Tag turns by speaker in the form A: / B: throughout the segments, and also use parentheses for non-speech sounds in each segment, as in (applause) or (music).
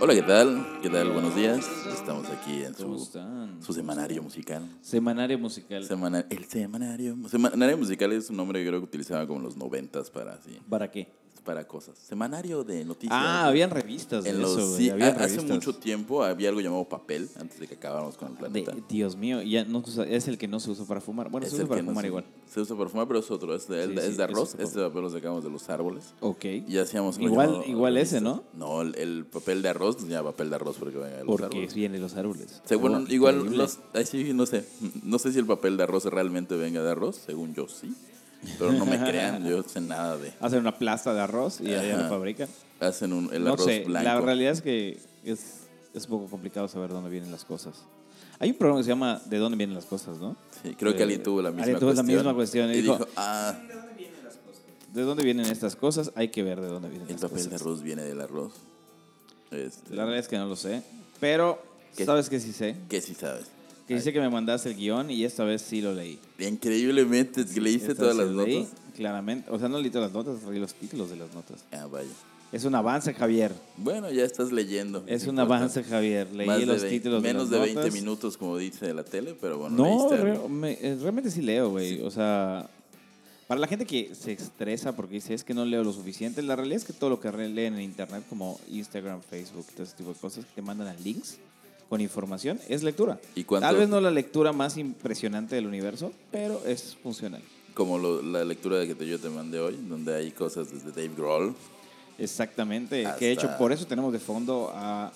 A: Hola, ¿qué tal? ¿Qué tal? Buenos días. Estamos aquí en
B: ¿Cómo
A: su,
B: están?
A: su semanario musical.
B: Semanario musical.
A: Semana- el semanario. Semanario musical es un nombre que creo que utilizaba como en los noventas para así,
B: ¿Para qué?
A: para cosas. Semanario de noticias.
B: Ah, habían revistas de
A: En los-
B: eso, güey,
A: sí,
B: había
A: ha- hace
B: revistas.
A: mucho tiempo había algo llamado papel, antes de que acabáramos con el planeta.
B: De- Dios mío, ya no se usa- es el que no se usa para fumar. Bueno,
A: Es
B: se usa
A: el
B: para
A: que no
B: fumar
A: se-
B: igual.
A: Se usa para fumar, pero es otro. Es de,
B: Sí,
A: es de-
B: sí,
A: es de
B: es
A: arroz.
B: otro.
A: Este papel lo sacamos de los árboles.
B: Ok.
A: Y hacíamos algo
B: Igual-
A: llamado
B: igual ese,
A: revistas.
B: ¿no?
A: No, el, el papel de arroz pues se llama papel de arroz porque venga de los
B: Porque
A: árboles.
B: vienen los árboles.
A: Según,
B: Oh,
A: igual,
B: increíble.
A: los, ahí sí, no sé. No sé si el papel de arroz realmente venga de arroz. Según yo, sí. Pero
B: (laughs)
A: no me crean, yo sé nada de.
B: Hacen una plasta de arroz y allá
A: Ajá.
B: lo fabrican.
A: Hacen un, el
B: no
A: arroz
B: sé,
A: blanco.
B: la realidad es que es, es un poco complicado saber dónde vienen las cosas. Hay un programa que se llama ¿De dónde vienen las cosas, no?
A: Sí, creo que
B: Eh,
A: Ali tuvo la misma
B: Ali tuvo
A: cuestión.
B: la misma cuestión, y
A: Y dijo,
B: dijo,
A: ah,
B: ¿De dónde vienen estas cosas? Hay que ver de dónde vienen
A: el
B: las
A: papel de
B: cosas.
A: arroz viene del arroz. Este,
B: La realidad es que no lo sé. Pero,
A: ¿Qué?
B: ¿sabes qué sí sé?
A: que sí sabes.
B: Que dice que me mandaste el guión y esta vez sí lo leí.
A: Increíblemente, le hice
B: Esta vez
A: todas las
B: sí lo leí,
A: notas.
B: Claramente. O sea, no leí todas las notas, leí los títulos de las notas.
A: Ah, vaya.
B: Es un avance, Javier.
A: Bueno, ya estás leyendo.
B: Es un
A: Importante.
B: avance, Javier. Leí
A: Más de
B: los
A: vein-
B: títulos
A: Menos
B: de
A: de
B: las
A: 20
B: notas.
A: minutos, como dice la tele, pero bueno,
B: No,
A: leíste algo.
B: re- me- eh, realmente sí leo, güey. O sea, para la gente que se estresa porque dice es que no leo lo suficiente, la realidad es que todo lo que re- leen en internet, como Instagram, Facebook, todo ese tipo de cosas, que te mandan a links con información, es lectura.
A: ¿Y cuánto-
B: Tal vez no la lectura más impresionante del universo, pero es funcional.
A: Como lo- la lectura de que te- yo te mandé hoy, donde hay cosas desde Dave Grohl.
B: Exactamente.
A: Hasta-
B: Que de hecho, por eso tenemos de fondo a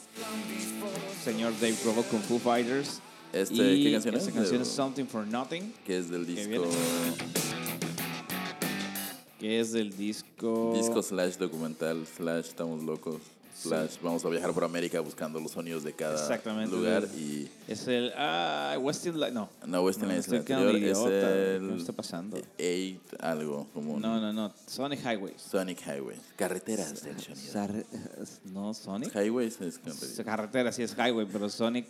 B: señor Dave Grohl con Foo Fighters.
A: Este,
B: y
A: ¿qué canción
B: esa
A: es?
B: canción
A: De-
B: es Something for Nothing.
A: que es del
B: Que
A: disco
B: Que es del disco.
A: disco slash documental slash estamos locos slash vamos a viajar por América buscando los sonidos de cada
B: Exactamente.
A: lugar y
B: Es el. Ah, Western Light. No.
A: no Western
B: No,
A: Lights, el
B: estoy quedando
A: anterior es
B: idiota, güey.
A: el
B: ¿Qué me está pasando?
A: Eight algo como un
B: No, no, no. Sonic Highways.
A: Sonic Highway carreteras del sonido
B: Sar- no, Sonic.
A: Highways es
B: Es
A: carretera.
B: Carretera, sí es Highway, pero Sonic.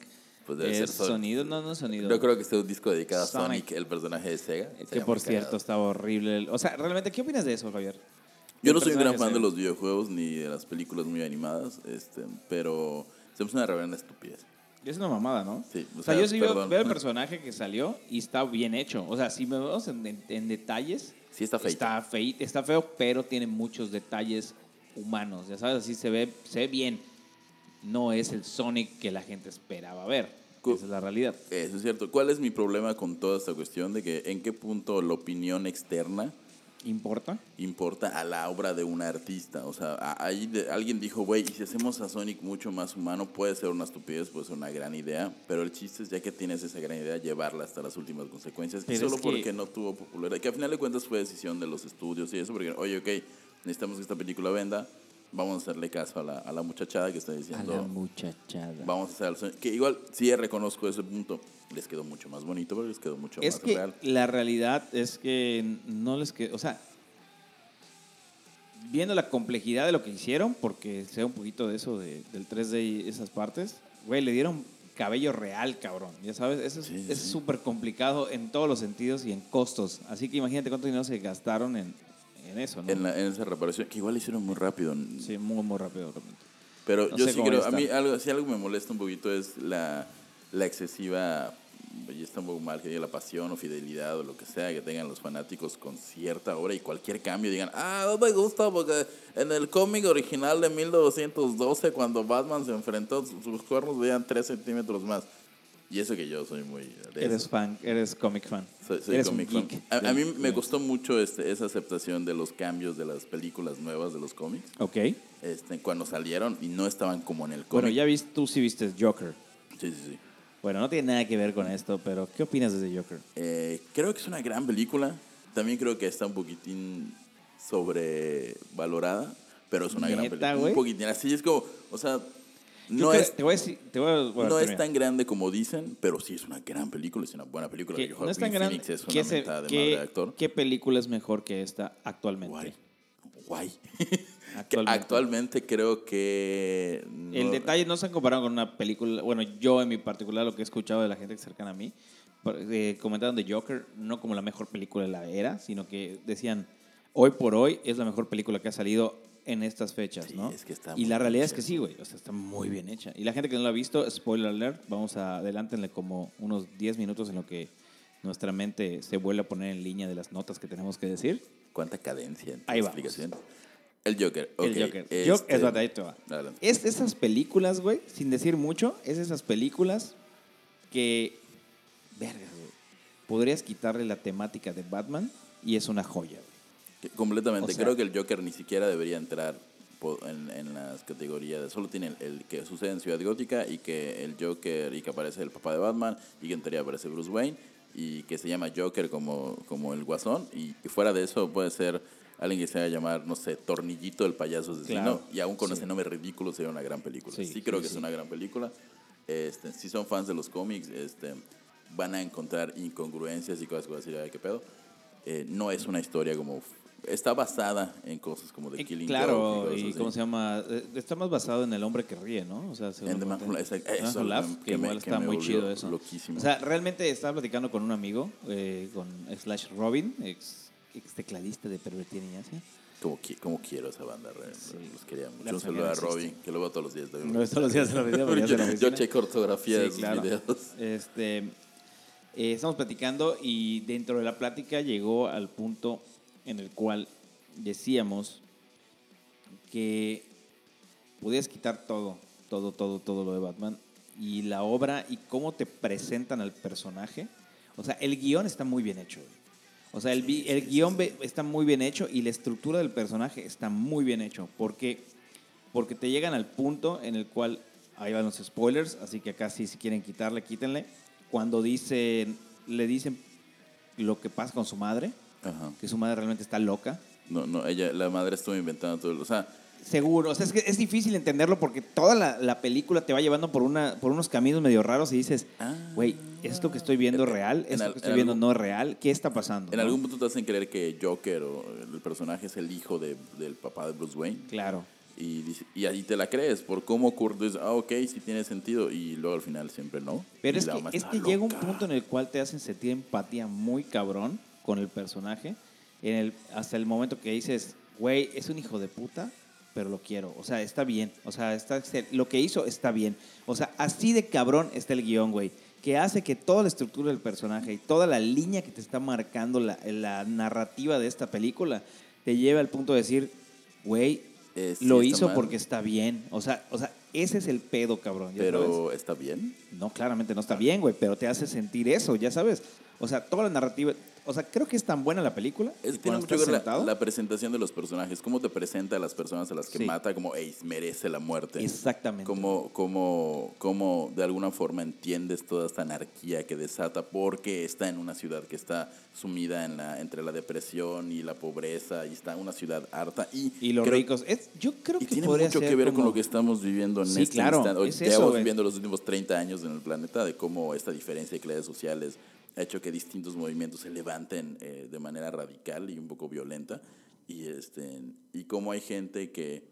A: Pues debe
B: es
A: ser Sonic.
B: sonido. No, no es sonido.
A: yo creo que este es un disco dedicado a
B: Sonic.
A: Sonic el personaje de Sega
B: Que
A: Sería
B: por
A: muy cagado.
B: cierto estaba horrible. el- O sea, realmente, ¿qué opinas de eso, Javier?
A: Yo
B: Del
A: no soy un
B: personaje
A: gran fan de
B: Sega.
A: los videojuegos ni de las películas muy animadas, este, pero se me hace una reverenda estupidez.
B: Es una mamada, ¿no?
A: Sí, o
B: o sea,
A: sea,
B: yo sí veo,
A: perdón.
B: veo el personaje que salió y está bien hecho. O sea, si me vemos en, en- en detalles,
A: Sí está feito.
B: Está, fei- está feo, pero tiene muchos detalles humanos. Ya sabes, así se ve, se ve bien. No es el Sonic que la gente esperaba ver.
A: Cu-
B: Esa es la realidad.
A: Eso es cierto. ¿Cuál es mi problema con toda esta cuestión de que en qué punto la opinión externa
B: ¿Importa?
A: importa a la obra de un artista? O sea, a- ahí de- alguien dijo, güey, y si hacemos a Sonic mucho más humano, puede ser una estupidez, puede ser una gran idea, pero el chiste es ya que tienes esa gran idea, llevarla hasta las últimas consecuencias. Y
B: Pero
A: solo
B: es que-
A: porque no tuvo popularidad, que al final de cuentas fue decisión de los estudios y eso, porque, oye, ok, necesitamos que esta película venda, vamos a hacerle caso a la, a la muchachada que está diciendo...
B: muchachada.
A: Vamos a hacer al Sonic. Que igual sí reconozco ese punto. Les quedó mucho más bonito, pero les quedó mucho
B: Es
A: más
B: que
A: real.
B: la realidad es que no les que, o sea, viendo la complejidad de lo que hicieron, porque sea un poquito de eso de- del 3D y esas partes, güey, le dieron cabello real, cabrón. Ya sabes, eso es-
A: Sí, sí,
B: es
A: sí.
B: súper complicado en todos los sentidos y en costos. Así que imagínate cuánto dinero se gastaron en, en eso, ¿no?
A: En, la- en esa reparación, que igual lo hicieron muy rápido.
B: Sí, muy, muy rápido, realmente.
A: Pero
B: no
A: yo
B: sé
A: sí
B: cómo
A: creo, a
B: está.
A: mí algo, si algo me molesta un poquito es la, la excesiva, y está un poco mal que diga la pasión o fidelidad o lo que sea que tengan los fanáticos con cierta obra y cualquier cambio digan, ah, no me gusta porque en el cómic original de 1912 cuando Batman se enfrentó, sus- sus cuernos veían 3 centímetros más. Y eso que yo soy muy... de eso.
B: Eres fan, eres comic fan.
A: Soy, soy
B: eres un
A: comic fan.
B: geek.
A: A, a mí me gustó mucho este, esa aceptación de los cambios de las películas nuevas de los cómics.
B: Ok.
A: Este, cuando salieron y no estaban como en el cómic.
B: Bueno, ya viste, tú sí viste Joker.
A: Sí, sí, sí.
B: Bueno, no tiene nada que ver con esto, pero ¿qué opinas de The Joker?
A: Eh, creo que es una gran película. También creo que está un poquitín sobrevalorada, pero es una gran
B: ¿Neta,
A: película. Un
B: güey?
A: poquitín. Así es como, o sea,
B: Yo
A: no
B: creo-
A: es...
B: te voy a decir, te voy a- bueno,
A: No es
B: termina.
A: tan grande como dicen, pero sí es una gran película, es una buena película.
B: Que
A: Yo,
B: no es tan
A: Joaquin
B: grande.
A: Phoenix es
B: ¿Qué,
A: una
B: se-
A: mentada de
B: qué-
A: madre de actor.
B: qué película es mejor que esta actualmente?
A: Guay. Guay. (laughs) Que
B: Actualmente.
A: Actualmente creo que. no-
B: El detalle no se han comparado con una película. Bueno, yo en mi particular lo que he escuchado de la gente cercana a mí por- eh, comentaron de Joker no como la mejor película de la era, sino que decían hoy por hoy es la mejor película que ha salido en estas fechas,
A: Sí,
B: ¿no?
A: es que está
B: y
A: muy
B: la
A: bien
B: realidad es
A: hecha.
B: que sí, güey. O sea, está muy bien hecha. Y la gente que no la ha visto, spoiler alert, vamos a adelántenle como unos 10 minutos en lo que nuestra mente se vuelve a poner en línea de las notas que tenemos que decir.
A: ¿Cuánta cadencia? en tu
B: Ahí vamos.
A: explicación? El Joker. ok,
B: El Joker.
A: este,
B: Joker es batallito, va.
A: adelante.
B: Es de esas películas, güey, sin decir mucho, es de esas películas que. Verga, güey. Podrías quitarle la temática de Batman y es una joya, güey.
A: Que Completamente.
B: O sea-
A: Creo que el Joker ni siquiera debería entrar po- en, en las categorías. de- Solo tiene el, el que sucede en Ciudad Gótica y que el Joker y que aparece el papá de Batman y que en teoría aparece Bruce Wayne y que se llama Joker como, como el guasón. Y, y fuera de eso puede ser alguien que se haga llamar, no sé, Tornillito el payaso asesino.
B: Claro.
A: Y aún con
B: Sí.
A: ese nombre ridículo sería una gran película. Sí,
B: Sí,
A: creo
B: sí,
A: que es
B: sí.
A: una gran película. Este, si son fans de los cómics, este, van a encontrar incongruencias y cosas que vas a decir, "Ay, qué pedo. Eh, no es una historia como... Está basada en cosas como The
B: Eh,
A: Killing
B: claro,
A: Joke
B: y,
A: cosas así.
B: cómo se llama, Eh, está más basado en el hombre que ríe, ¿no? O sea, según
A: En The
B: lo
A: Man
B: que-
A: Who Laughs, exacto.
B: Man
A: Eso
B: Who
A: me-
B: Laughs,
A: que
B: que
A: me-
B: igual
A: que
B: está
A: me
B: muy
A: volvió
B: chido eso.
A: loquísimo.
B: O sea, realmente estaba platicando con un amigo, eh, con Slash Robin, ex, ex tecladista de Pervertir Niñaza.
A: Como, qui- como quiero esa banda, re-
B: Sí.
A: los quería mucho.
B: La
A: Un saludo a
B: existe.
A: Robin, que lo veo todos los días. también.
B: Lo ves todos los días en la oficina, porque ya se
A: (laughs)
B: la
A: yo, yo
B: oficina.
A: checo ortografía de
B: Sí,
A: sus
B: claro.
A: videos.
B: Este, eh, estamos platicando y dentro de la plática llegó al punto en el cual decíamos que podías quitar todo, todo, todo, todo lo de Batman y la obra y cómo te presentan al personaje. O sea, el guión está muy bien hecho. güey. O sea, el, vi- el guión ve- está muy bien hecho y la estructura del personaje está muy bien hecho. Porque porque te llegan al punto en el cual ahí van los spoilers, así que acá sí si quieren quitarle, quítenle. Cuando dicen, le dicen lo que pasa con su madre,
A: Ajá.
B: que su madre realmente está loca.
A: No, no, ella, la madre estuvo inventando todo. lo- O sea,
B: Seguro, o sea, es que es difícil entenderlo porque toda la, la película te va llevando por una por unos caminos medio raros y dices,
A: Ah.
B: güey, ¿esto que estoy viendo es real?
A: en
B: ¿Esto
A: al-
B: que
A: en
B: estoy viendo
A: algún-
B: no es real? ¿Qué está pasando?
A: en
B: no?
A: algún punto te hacen creer que Joker o el personaje es el hijo de- del papá de Bruce Wayne.
B: Claro.
A: Y, dice- y ahí te la crees, por cómo ocurre, dices, ah, ok, sí tiene sentido, y luego al final siempre no.
B: Pero
A: Y
B: es
A: la
B: que,
A: mamá
B: es
A: está
B: que llega un
A: loca.
B: punto en el cual te hacen sentir empatía muy cabrón con el personaje. En el, hasta el momento que dices, güey, es un hijo de puta, pero lo quiero. O sea, está bien. O sea, está, excel- lo que hizo está bien. O sea, así de cabrón está el guión, güey. Que hace que toda la estructura del personaje y toda la línea que te está marcando la, la narrativa de esta película te lleve al punto de decir, güey,
A: Eh, sí,
B: lo
A: está
B: hizo
A: mal.
B: porque está bien. O sea, o sea, ese es el pedo, cabrón. ¿ya sabes?
A: Pero está bien.
B: No, claramente no está bien, güey, pero te hace sentir eso, ya sabes. O sea, toda la narrativa. O sea, creo que es tan buena la película.
A: Es
B: y
A: que tiene
B: cuando
A: mucho que
B: estás
A: ver la-
B: sentado-
A: la, presentación de los personajes, cómo te presenta a las personas a las que
B: Sí.
A: mata, como, hey, merece la muerte.
B: Exactamente.
A: Cómo, cómo, cómo de alguna forma entiendes toda esta anarquía que desata porque está en una ciudad que está sumida en la, entre la depresión y la pobreza, y está una ciudad harta. Y,
B: y los
A: creo-
B: ricos. Es, yo creo
A: Y
B: que
A: tiene
B: podría
A: mucho
B: ser
A: que ver con
B: como-
A: lo que estamos viviendo en
B: Sí,
A: este
B: claro,
A: instante. Hoy
B: es
A: llevamos
B: eso, güey.
A: viviendo los últimos 30 años en el planeta de cómo esta diferencia de clases sociales ha hecho que distintos movimientos se levanten eh, de manera radical y un poco violenta. Y, este, y cómo hay gente que,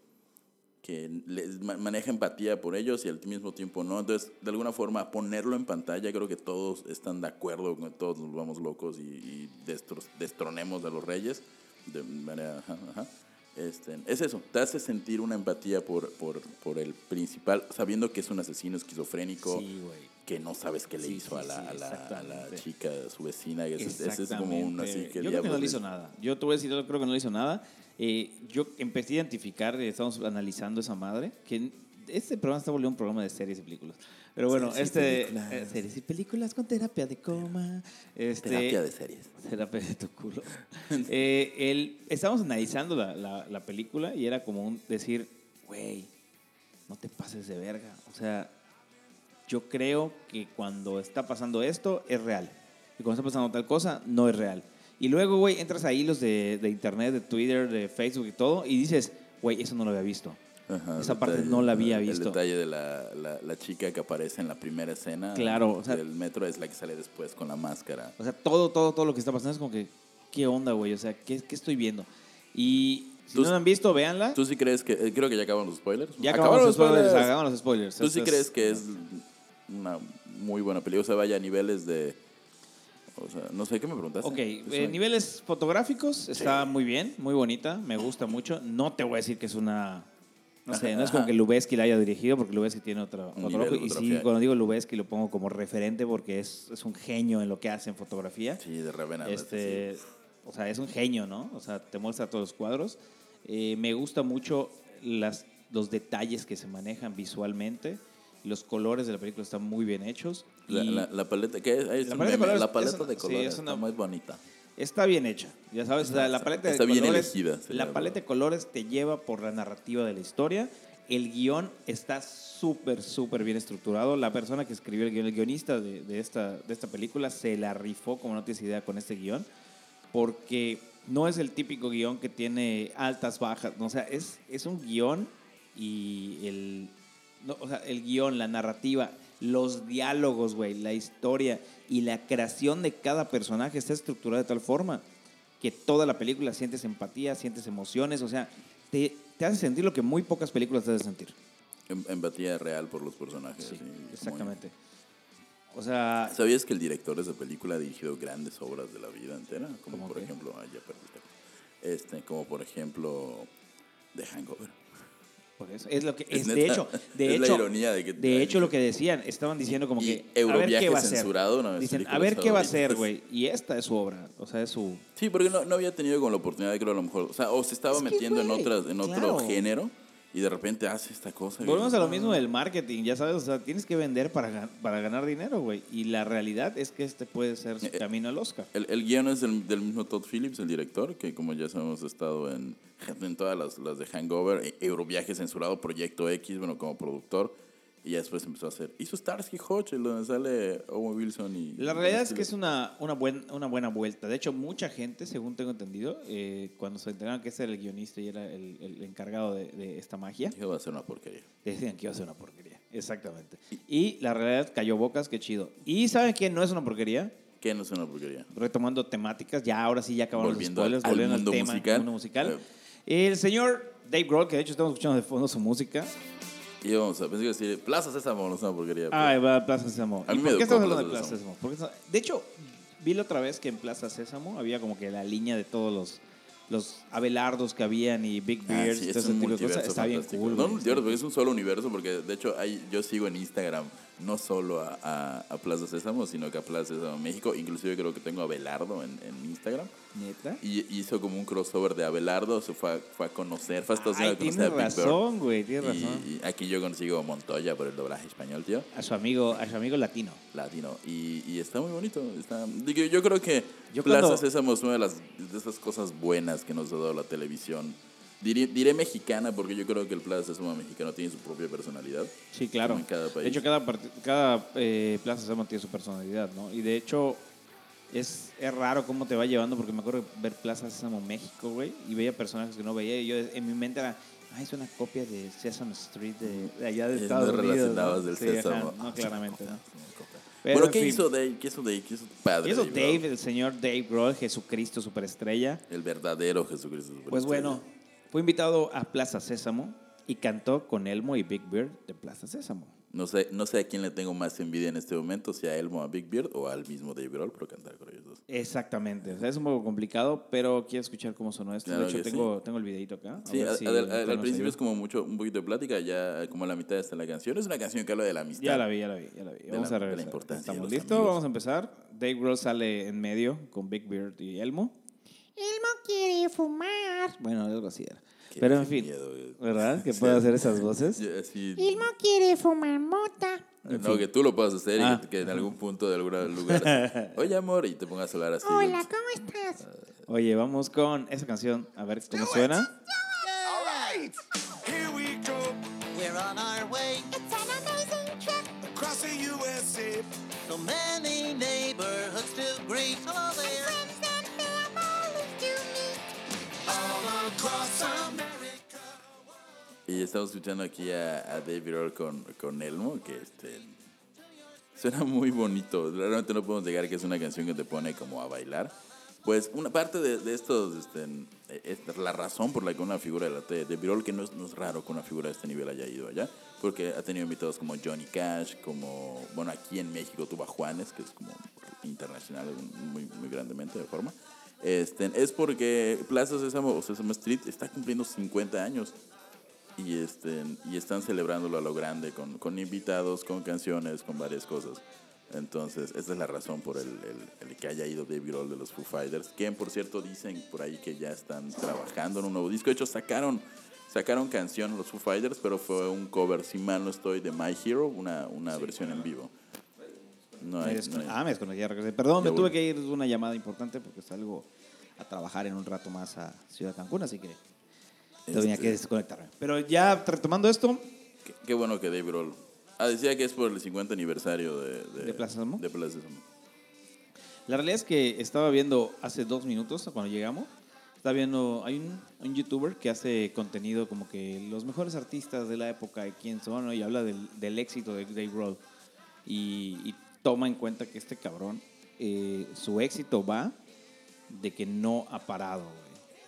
A: que les ma- maneja empatía por ellos y al mismo tiempo no. Entonces, de alguna forma, ponerlo en pantalla, creo que todos están de acuerdo, con- todos nos vamos locos y, y destro- destronemos a los reyes. De manera, ajá, ajá. Este, es eso, te hace sentir una empatía por, por, por el principal, sabiendo que es un asesino esquizofrénico,
B: Sí, güey.
A: que no sabes qué le
B: Sí,
A: hizo a,
B: sí,
A: la,
B: sí,
A: a la- a la
B: exactamente.
A: chica, a su vecina. que Ese, ese es como un así
B: Exactamente.
A: que
B: yo creo que no
A: diablos
B: le hizo
A: es.
B: nada. Yo te voy a decir, yo creo que no le hizo nada. Eh, yo empecé a identificar, eh, estamos analizando esa madre, que n- este programa está volviendo un programa de series y películas. Pero bueno,
A: Series y
B: este...
A: películas.
B: eh, series y películas con terapia de coma. Este,
A: Terapia de series.
B: Terapia de tu culo. (laughs) Eh, el- estábamos analizando la, la- la película y era como un decir, güey, no te pases de verga. O sea, yo creo que cuando está pasando esto es real. Y cuando está pasando tal cosa, no es real. Y luego, güey, entras ahí los de, de internet, de Twitter, de Facebook y todo, y dices, güey, eso no lo había visto.
A: Ajá,
B: Esa
A: el
B: parte
A: detalle-
B: no la había
A: El
B: visto.
A: detalle de la, la, la chica que aparece en la primera escena
B: Claro, o sea-
A: del metro es la que sale después con la máscara.
B: O sea, todo, todo, todo lo que está pasando es como que, ¿qué onda, güey? O sea, ¿qué, qué estoy viendo? Y si
A: Tú-
B: no la han visto, véanla.
A: ¿Tú sí crees que.? eh, creo que ya acaban los spoilers.
B: Ya acabamos los spoilers. Acabamos los spoilers.
A: ¿Tú sí
B: Esto
A: crees que es una muy buena película? O sea, vaya a niveles de. O sea, no sé qué me preguntaste.
B: Ok,
A: Eso
B: eh,
A: me-
B: niveles fotográficos, está muy bien, muy bonita, me gusta mucho. No te voy a decir que es una... No sé,
A: Ajá,
B: no es como
A: ajá.
B: que Lubeski la haya dirigido, porque Lubeski tiene otra otro
A: nivel,
B: ojo. Y
A: otra
B: sí,
A: fea.
B: cuando digo Lubeski lo pongo como referente porque es, es un genio en lo que hace en fotografía.
A: Sí, de Revenant.
B: este,
A: sí.
B: O sea, es un genio, ¿no? O sea, te muestra todos los cuadros. Eh, me gusta mucho las, los detalles que se manejan visualmente. Los colores de la película están muy bien hechos.
A: La,
B: y-
A: la- la paleta, ¿qué es? Ahí es
B: La
A: un
B: paleta de
A: meme,
B: colores
A: la
B: es
A: paleta
B: una-
A: de
B: sí,
A: colores
B: es una-
A: está muy bonita.
B: Está bien hecha, ya sabes, o sea, la paleta de
A: está bien
B: colores,
A: elegida, sí,
B: la
A: la
B: paleta
A: verdad.
B: de colores te lleva por la narrativa de la historia. El guión está súper, súper bien estructurado. La persona que escribió el guión, el guionista de, de esta, de esta película, se la rifó, como no tienes idea, con este guión, porque no es el típico guión que tiene altas, bajas. no, o sea, es, es un guión y el, no, o sea, el guión, la narrativa, los diálogos, güey, la historia y la creación de cada personaje está estructurada de tal forma que toda la película sientes empatía, sientes emociones, o sea, te, te hace sentir lo que muy pocas películas te hacen sentir.
A: Em- Empatía real por los personajes.
B: Sí,
A: sí, muy-
B: exactamente. O sea,
A: ¿Sabías que el director de esa película ha dirigido grandes obras de la vida entera? Como
B: ¿Cómo
A: por
B: qué?
A: ejemplo, ah, ya perdí el tema. Este, como por ejemplo, The Hangover.
B: por eso, es lo que
A: Es
B: es, de
A: neta, (laughs)
B: hecho, de
A: es la
B: hecho,
A: ironía de que-
B: de hecho lo que decían, estaban diciendo como
A: Y
B: que a ver
A: Euroviaje
B: qué va a
A: censurado, una de
B: ser.
A: mis
B: Dicen, a
A: películas
B: ver qué va a
A: favoritas.
B: ser, güey, y esta es su obra, o sea, es su
A: Sí, porque no, no había tenido con la oportunidad de creo a lo mejor. O sea, o se estaba
B: Es que,
A: metiendo en,
B: güey,
A: otras, en otro
B: claro.
A: género y de repente hace esta cosa. y-
B: Volvemos a lo mismo del marketing, ya sabes, o sea, tienes que vender para, gan- para ganar dinero, güey. Y la realidad es que este puede ser su
A: Eh, eh.
B: camino al Oscar.
A: El, el guión es del, del mismo Todd Phillips, el director, que como ya sabemos ha estado en, en todas las, las de Hangover, e- Euroviaje censurado, Proyecto X, bueno, como productor. Y ya después empezó a hacer. Hizo Starsky Hutch, el donde sale Owen Wilson y.
B: La realidad es que
A: Este
B: es una, una, buen- una buena vuelta. De hecho, mucha gente, según tengo entendido, eh, cuando se enteraron que ese era el guionista y era el, el encargado de, de esta magia,
A: Dije, va a ser una porquería.
B: decían que iba a ser una porquería. Exactamente. Y la realidad cayó bocas, qué chido. ¿Y saben quién no es una porquería?
A: ¿Qué no es una porquería?
B: Retomando temáticas, ya ahora sí, ya acabaron
A: Volviendo
B: los spoilers,
A: al- al
B: volviendo al
A: mundo
B: tema
A: musical. Eh.
B: mundo musical. El señor Dave Grohl, que de hecho estamos escuchando de fondo su música.
A: Y vamos a pensar que decir, Plaza Sésamo no es una porquería. pero-
B: Ay, va a Plaza Sésamo.
A: A
B: ¿Y
A: mí me
B: ¿Por
A: educó
B: qué estamos hablando de
A: Plaza
B: Plaza Sésamo? Porque está- de hecho, vi la otra vez que en Plaza Sésamo había como que la línea de todos los, los abelardos que habían y Big
A: Ah,
B: Beards,
A: sí,
B: todo
A: es
B: ese
A: un
B: tipo de
A: multiverso
B: cosas. Está bien
A: fantástico.
B: cool.
A: No un
B: güey.
A: multiverso, porque es un solo universo, porque de hecho hay, yo sigo en Instagram no solo a, a, a Plaza Sésamo, sino que a Plaza Sésamo México. Inclusive creo que tengo a Abelardo en, en Instagram.
B: ¿Neta?
A: Y hizo como un crossover de Abelardo, se fue a, fue a conocer, fue a Estados
B: Ay,
A: Unidos a conocer
B: tienes
A: a Big Bird.
B: razón, güey, tienes razón.
A: Y, y aquí yo consigo Montoya por el doblaje español, tío,
B: A su amigo, a su amigo latino.
A: latino. Y, y está muy bonito. Está, digo, yo creo que
B: Yo
A: Plaza
B: cuando-
A: Sésamo es una de, las, de esas cosas buenas que nos ha dado la televisión. Diré, diré mexicana porque yo creo que el Plaza Sésamo mexicano tiene su propia personalidad.
B: Sí, claro.
A: Como en cada país.
B: De hecho, cada, part- cada eh, Plaza Sésamo tiene su personalidad, ¿no? Y de hecho, es, es raro cómo te va llevando, porque me acuerdo de ver Plaza Sésamo México, güey, y veía personajes que no veía, y yo en mi mente era, ay, es una copia de Sesame Street de, de allá de
A: Eh,
B: Estados
A: no
B: Unidos.
A: relacionabas del
B: Sí, ajá,
A: Sésamo.
B: no, claramente,
A: (laughs)
B: ¿no? Pero,
A: Bueno,
B: en
A: ¿qué
B: fin.
A: hizo Dave? ¿Qué hizo Dave? ¿Qué hizo padre?
B: Y eso
A: Dave,
B: Dave,
A: bro?
B: el señor Dave Grohl, Jesucristo superestrella.
A: El verdadero Jesucristo.
B: Pues
A: superestrella.
B: bueno, fue invitado a Plaza Sésamo y cantó con Elmo y Big Bird de Plaza Sésamo.
A: No sé, no sé a quién le tengo más envidia en este momento, si a Elmo, a Big Beard o al mismo Dave Grohl por cantar con ellos dos.
B: Exactamente, o sea, es un poco complicado, pero quiero escuchar cómo sonó esto.
A: Claro
B: de hecho,
A: que
B: tengo, tengo el videito acá. a
A: Sí,
B: ver
A: a-
B: si
A: a- al-
B: Antonio
A: al
B: nos
A: principio
B: ayuda.
A: es como mucho, un poquito de plática, ya como a la mitad está la canción. Es una canción que habla de la amistad.
B: Ya la vi, ya la vi, ya la vi.
A: De
B: Vamos
A: la-
B: a
A: de la
B: regresar.
A: importancia de los
B: ¿Estamos listos?
A: amigos.
B: Vamos a empezar. Dave Grohl sale en medio con Big Beard y Elmo. Elmo quiere fumar. Bueno, algo así era.
A: Qué-
B: Pero
A: qué
B: en fin,
A: miedo, güey. (laughs)
B: ¿verdad? Que puede hacer esas voces.
A: Ya, así-
C: quiere fumar mota.
A: no, que tú lo puedas hacer
B: Ah.
A: y que, que en algún punto de algún lugar.
B: (laughs)
A: así, Oye, amor, y te pongas a hablar así.
C: Hola, ¿cómo estás?
B: Oye, vamos con esa canción, a ver cómo suena.
D: All right, here we go
E: We're on our way
C: It's an amazing trip.
D: across the USA.
E: so many neighborhoods to greet. Hello there.
C: Friends and families to meet.
D: Across America.
A: Y estamos escuchando aquí a, a Dave Grohl con, con Elmo, que este, suena muy bonito. Realmente no podemos negar que es una canción que te pone como a bailar. Pues una parte de, de estos, este, en- eh, es la razón por la que una figura de la T- de Virol, que no es, no es raro que una figura de este nivel haya ido allá, porque ha tenido invitados como Johnny Cash, como, bueno, aquí en México tuvo a Juanes, que es como internacional muy, muy grandemente de forma. Este, es porque Plaza Sésamo o Sésamo Street está cumpliendo 50 años y, este, y están celebrándolo a lo grande con, con invitados, con canciones, con varias cosas. Entonces, esa es la razón por el, el- el que haya ido Dave Grohl de los Foo Fighters, quien por cierto dicen por ahí que ya están trabajando en un nuevo disco. De hecho, sacaron, sacaron canción los Foo Fighters, pero fue un cover, si mal no estoy, de My Hero, una, una versión en vivo. No
B: Me
A: hay-
B: descone-
A: no hay-
B: Ah, me desconecté, ya regresé. Perdón,
A: Ya
B: me tuve
A: volví.
B: que ir una llamada importante porque salgo a trabajar en un rato más a Ciudad Cancún, así que tenía
A: Este-
B: que desconectarme. Pero ya retomando esto,
A: Qué, qué bueno que Dave Grohl. Ah, decía que es por el 50 aniversario de,
B: ¿De Plaza Sésamo?
A: de Plaza Sésamo.
B: la realidad es que estaba viendo hace dos minutos cuando llegamos, estaba viendo, hay un, un youtuber que hace contenido como que los mejores artistas de la época y quién son, ¿no? y habla del, del éxito de Dave Grohl. Y, y toma en cuenta que este cabrón, eh, su éxito va de que no ha parado, güey.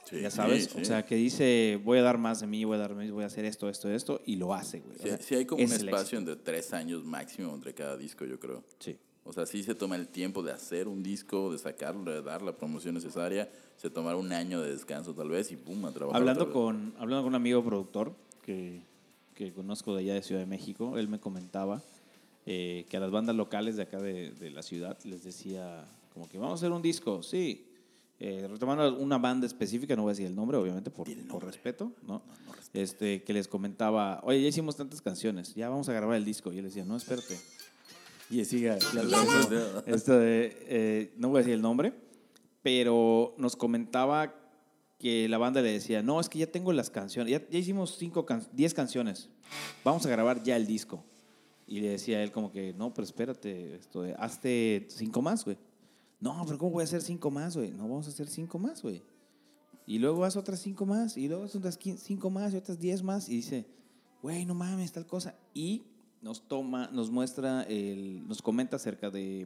A: Sí,
B: ya sabes,
A: sí, sí.
B: o sea, que dice, voy a dar más de mí, voy a dar más, voy a hacer esto, esto, esto, y lo hace, güey. O
A: Sí,
B: sea,
A: sí hay como un
B: ese es el
A: espacio entre tres años máximo entre cada disco, yo creo.
B: éxito.
A: O sea, sí se toma el tiempo de hacer un disco, de sacarlo, de dar la promoción necesaria, se tomará un año de descanso tal vez y pum, a trabajar.
B: Hablando
A: otra vez.
B: con, hablando con un amigo productor que, que conozco de allá de Ciudad de México, él me comentaba eh, que a las bandas locales de acá de, de la ciudad les decía como que vamos a hacer un disco, sí. Eh, retomando una banda específica, no voy a decir el nombre, obviamente, por, por respeto, ¿no? Este, que les comentaba, oye, ya hicimos tantas canciones, ya vamos a grabar el disco. Y él decía, no, espérate. Y siga, la- la-
A: la- (laughs)
B: esto de, eh, no voy a decir el nombre, pero nos comentaba que la banda le decía, no, es que ya tengo las canciones, ya, ya hicimos cinco can- diez canciones, vamos a grabar ya el disco. Y le decía a él como que, no, pero espérate, esto de, hazte cinco más, güey. No, pero ¿cómo voy a hacer cinco más, güey? No, vamos a hacer cinco más, güey. Y luego haz otras cinco más, y luego haz otras quin- cinco más, y otras diez más, y dice, güey, no mames, tal cosa. Y nos toma, nos muestra, el, nos comenta acerca de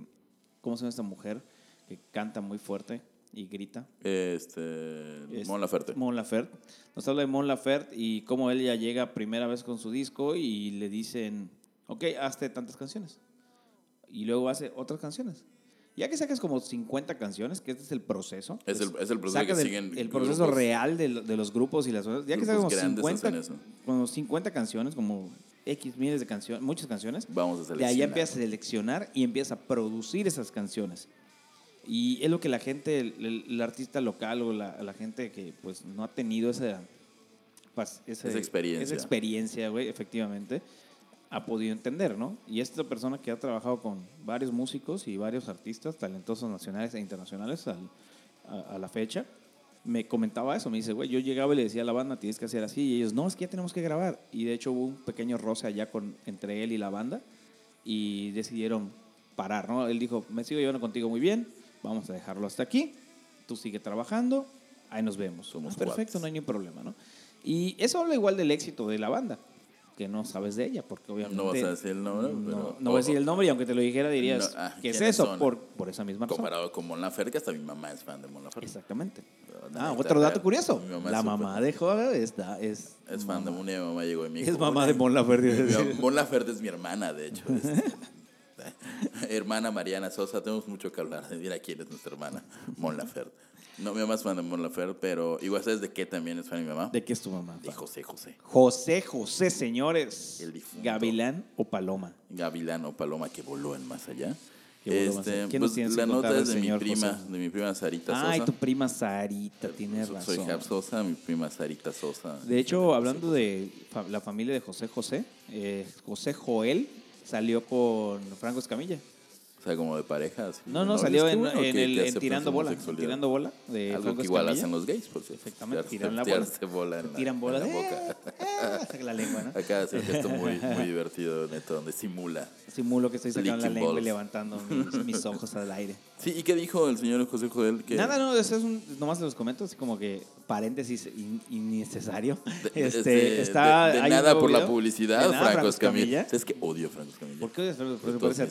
B: cómo se llama esta mujer que canta muy fuerte y grita.
A: Este,
B: Es-
A: Mon Laferte.
B: Mon Laferte. Nos habla de Mon Laferte y cómo él ya llega primera vez con su disco y le dicen, ok, hazte tantas canciones. Y luego hace otras canciones. Ya que sacas como 50 canciones, que este es el proceso.
A: Es el- es el proceso
B: sacas
A: que
B: el-
A: siguen
B: El proceso
A: grupos-
B: real de, lo- de los grupos y las cosas. Ya que sacas como
A: Grupos grandes
B: 50,
A: hacen eso.
B: como 50 canciones, como X miles de canciones, muchas canciones.
A: Vamos a
B: De ahí
A: seleccionar.
B: empiezas a seleccionar y empiezas a producir esas canciones. Y es lo que la gente, el, el- el artista local o la, la gente que pues no ha tenido esa, pas- ese-
A: Esa experiencia.
B: esa experiencia, güey, efectivamente, ha podido entender, ¿no? Y esta persona que ha trabajado con varios músicos y varios artistas talentosos nacionales e internacionales al- a, a la fecha, me comentaba eso, me dice, güey, yo llegaba y le decía a la banda, tienes que hacer así, y ellos, no, es que ya tenemos que grabar. Y de hecho hubo un pequeño roce allá con, entre él y la banda, y decidieron parar, ¿no? Él dijo, me sigo llevando contigo muy bien, vamos a dejarlo hasta aquí, tú sigue trabajando, ahí nos vemos.
A: Somos
B: Ah, perfecto,
A: cuates.
B: no hay ningún problema, ¿no? Y eso habla igual del éxito de la banda, que no sabes de ella, porque obviamente...
A: No vas a decir el nombre,
B: No,
A: pero-
B: no voy a decir el nombre y aunque te lo dijera dirías,
A: No, ah,
B: ¿qué es
A: ¿quiénes
B: eso?
A: son?
B: Por, por esa misma razón.
A: Comparado con Mon Laferte, que hasta mi mamá es fan de Mon Laferte.
B: Exactamente.
A: No,
B: Ah,
A: no,
B: otro
A: está-
B: dato curioso.
A: mi mamá es
B: la
A: súper-
B: mamá de Joda está, es,
A: Es fan de Mon y mi mamá llegó de mí.
B: es mamá de Mon Laferte.
A: Mon Laferte es mi hermana, de hecho. Este, (laughs) hermana Mariana Sosa, tenemos mucho que hablar. Mira quién es nuestra hermana, Mon Laferte. No, mi mamá es fan de Mon Laferte, pero igual sabes de qué también es fan mi mamá.
B: ¿De qué es tu mamá?
A: de José José.
B: José, José, señores.
A: El difunto.
B: Gavilán o Paloma.
A: Gavilán o Paloma que voló en más allá. Este, pues,
B: Que voló más allá. ¿Quién nos tienes
A: la
B: que contar
A: nota es
B: del
A: de mi
B: señor
A: prima,
B: José?
A: de mi prima Sarita Sosa.
B: Ay, Ah, tu prima Sarita, tienes
A: Soy-
B: razón.
A: Soy Jab Sosa, mi prima Sarita Sosa. Este,
B: De hecho, hablando de fa- la familia de José José, eh, José Joel salió con Franco Escamilla.
A: O sea, como de pareja. así.
B: No, no,
A: ¿Es
B: salió
A: que
B: en,
A: bueno que-
B: en
A: que
B: el- en
A: aceptan
B: Tirando
A: su
B: Bola. en
A: homosexualidad?
B: Tirando Bola de
A: Algo
B: Franco
A: que igual
B: Escamilla.
A: hacen los gays, por cierto.
B: Eh, Exactamente,
A: Tirarse-
B: tiran la
A: tirarse
B: bola.
A: bola en la,
B: Tiran bola
A: en
B: de...
A: la
B: (laughs)
A: boca.
B: Ah, saca la lengua, ¿no?
A: Acá hace un gesto muy,
B: (laughs)
A: muy divertido, neto, donde simula.
B: Simulo que estoy sacando la
A: Licking
B: lengua y
A: balls.
B: levantando
A: (laughs)
B: mis, mis ojos al aire.
A: Sí, ¿y qué dijo el señor José Joel? Que
B: Nada, no, eso es un, nomás los comento, así como que paréntesis in- innecesario. (laughs)
A: de-
B: este,
A: este,
B: está,
A: de, de
B: hay un
A: nada
B: nuevo
A: por la
B: video.
A: publicidad,
B: De nada,
A: Franco Escamilla. Este,
B: Escamilla.
A: Es que odio a Franco Escamilla.
B: ¿Por qué odias a Franco Escamilla? ¿Te parece a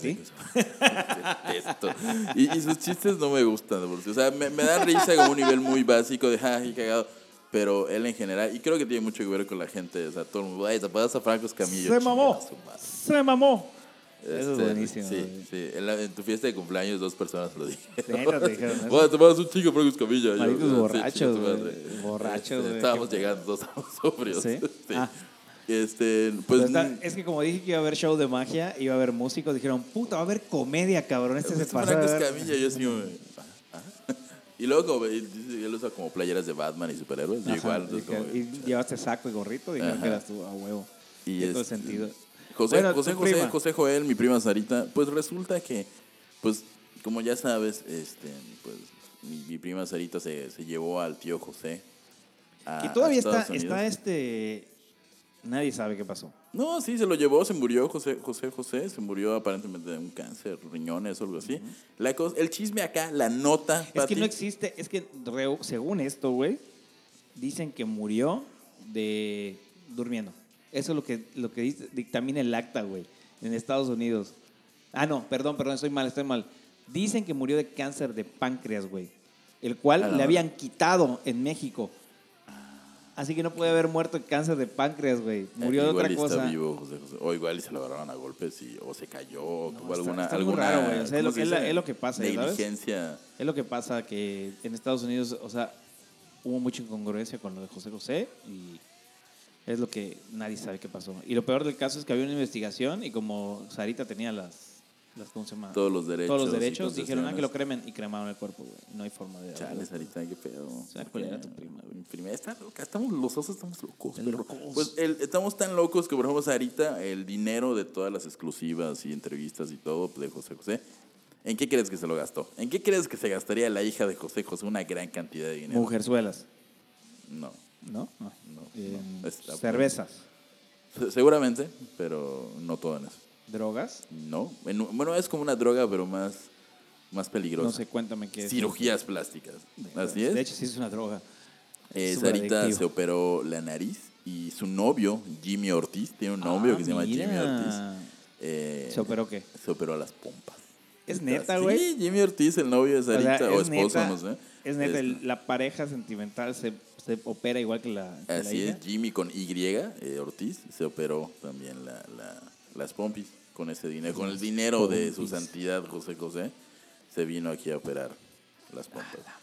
A: Entonces,
B: ti?
A: (laughs) detesto. Y, y sus chistes no me gustan, de por sí. O sea, me, me dan risa como un nivel muy básico de ja, qué cagado. Pero él en general, y creo que tiene mucho que ver con la gente, o sea, todo el mundo, ay, tapadas a Franco Escamillo.
B: Se mamó.
A: chinga su madre".
B: Se mamó. Eso es
A: Este,
B: buenísimo.
A: Sí, sí. En, la- en tu fiesta de cumpleaños dos personas lo dijeron.
B: güey. Neta, te
A: (laughs)
B: dijeron eso.
A: Bueno, tomadas un chico Franco Escamilla. Yo,
B: Maricos
A: sí,
B: borrachos,
A: chinga tu madre.
B: güey. Borrachos,
A: Este,
B: güey.
A: Estábamos llegando, todos estábamos (laughs) sobrios.
B: ¿Sí? Ah.
A: Este,
B: Pero
A: pues,
B: está- es que como dije que iba a haber show de magia, iba a haber músicos, dijeron, puta, va a haber comedia, cabrón. Este se
A: Este
B: pasó.
A: Franco
B: de ver-
A: Escamilla, yo así como, "Ah, ah". (laughs) Y luego, como, y dice, él usa como playeras de Batman y superhéroes. yo
B: Ajá,
A: igual. entonces,
B: dije,
A: como,
B: y llevaste saco y gorrito, dijeron
A: Ajá.
B: que eras tú a huevo.
A: Y
B: Tiene todo
A: este,
B: sentido.
A: José,
B: Bueno,
A: José,
B: tu
A: José,
B: prima.
A: José Joel, mi prima Sarita, pues resulta que, pues, como ya sabes, este, pues, mi, mi prima Sarita se, se llevó al tío José. a-
B: Y todavía
A: a
B: está,
A: Ah, Estados Unidos.
B: está este. Nadie sabe qué pasó.
A: No, sí, se lo llevó, se murió José José, José se murió aparentemente de un cáncer, riñones o algo así. La cosa- el chisme acá, la nota.
B: Es que
A: Pati,
B: no existe, es que re- según esto, güey, dicen que murió de durmiendo. Eso es lo que, lo que dice- dictamina el acta, güey, en Estados Unidos. Ah, no, perdón, perdón, estoy mal, estoy mal. Dicen que murió de cáncer de páncreas, güey, el cual
A: A la
B: le
A: madre.
B: habían quitado en México. Así que no puede haber muerto de cáncer de páncreas, güey.
A: eh,
B: Murió de
A: igual
B: otra
A: y
B: cosa.
A: Está vivo, José, José. O igual y se lo agarraron a golpes y, o se cayó, o tuvo
B: está-
A: alguna.
B: está muy
A: alguna
B: raro, güey. O sea, es lo
A: ¿cómo se
B: que- es la-
A: dice?
B: es lo que pasa, ya sabes.
A: Negligencia.
B: Es lo que pasa que en Estados Unidos, o sea, hubo mucha incongruencia con lo de José José y es lo que nadie sabe qué pasó. Y lo peor del caso es que había una investigación y como Sarita tenía las, las ¿cómo se llama?
A: Todos los derechos.
B: Todos los
A: y
B: derechos, dijeron ah, que lo
A: concesiones.
B: cremen y cremaron el cuerpo, güey. No hay forma de...
A: Chale, Sarita, qué pedo.
B: sea, ¿cuál era tu prima, güey?
A: Mi prima está loca. Estamos, los osos estamos locos.
B: Están
A: pero-
B: locos.
A: Pues el- estamos tan locos que, por ejemplo, Sarita, el dinero de todas las exclusivas y entrevistas y todo de José José, ¿en qué crees que se lo gastó? ¿En qué crees que se gastaría la hija de José José una gran cantidad de dinero?
B: Mujerzuelas,
A: No.
B: ¿no? No.
A: No,
B: En
A: no. Está-
B: cervezas,
A: Se- Seguramente, pero no todo en eso.
B: drogas,
A: No. En- Bueno, es como una droga, pero más, más peligrosa.
B: no sé, cuéntame qué es.
A: Cirugías plásticas. Así es.
B: De hecho, sí es una droga.
A: Eh,
B: Súper
A: Sarita
B: adictivo.
A: se operó la nariz y su novio, Jimmy Ortiz, tiene un novio
B: Ah,
A: que se llama Jimmy
B: mira.
A: Ortiz. eh,
B: ¿Se operó qué?
A: Se operó a las pompas.
B: ¿Es neta, güey?
A: Sí, Jimmy Ortiz, el novio de Sarita, o,
B: sea, es
A: esposo,
B: neta-
A: no sé.
B: Es neta, el-
A: Este,
B: la pareja sentimental se, se opera igual que la. que la
A: Así
B: hija.
A: es, Jimmy con Y, eh, Ortiz, se operó también la- la- las pompis con ese dinero. Con el dinero de su
B: pompis.
A: santidad, José José, se vino aquí a operar las pompas.
B: Ah,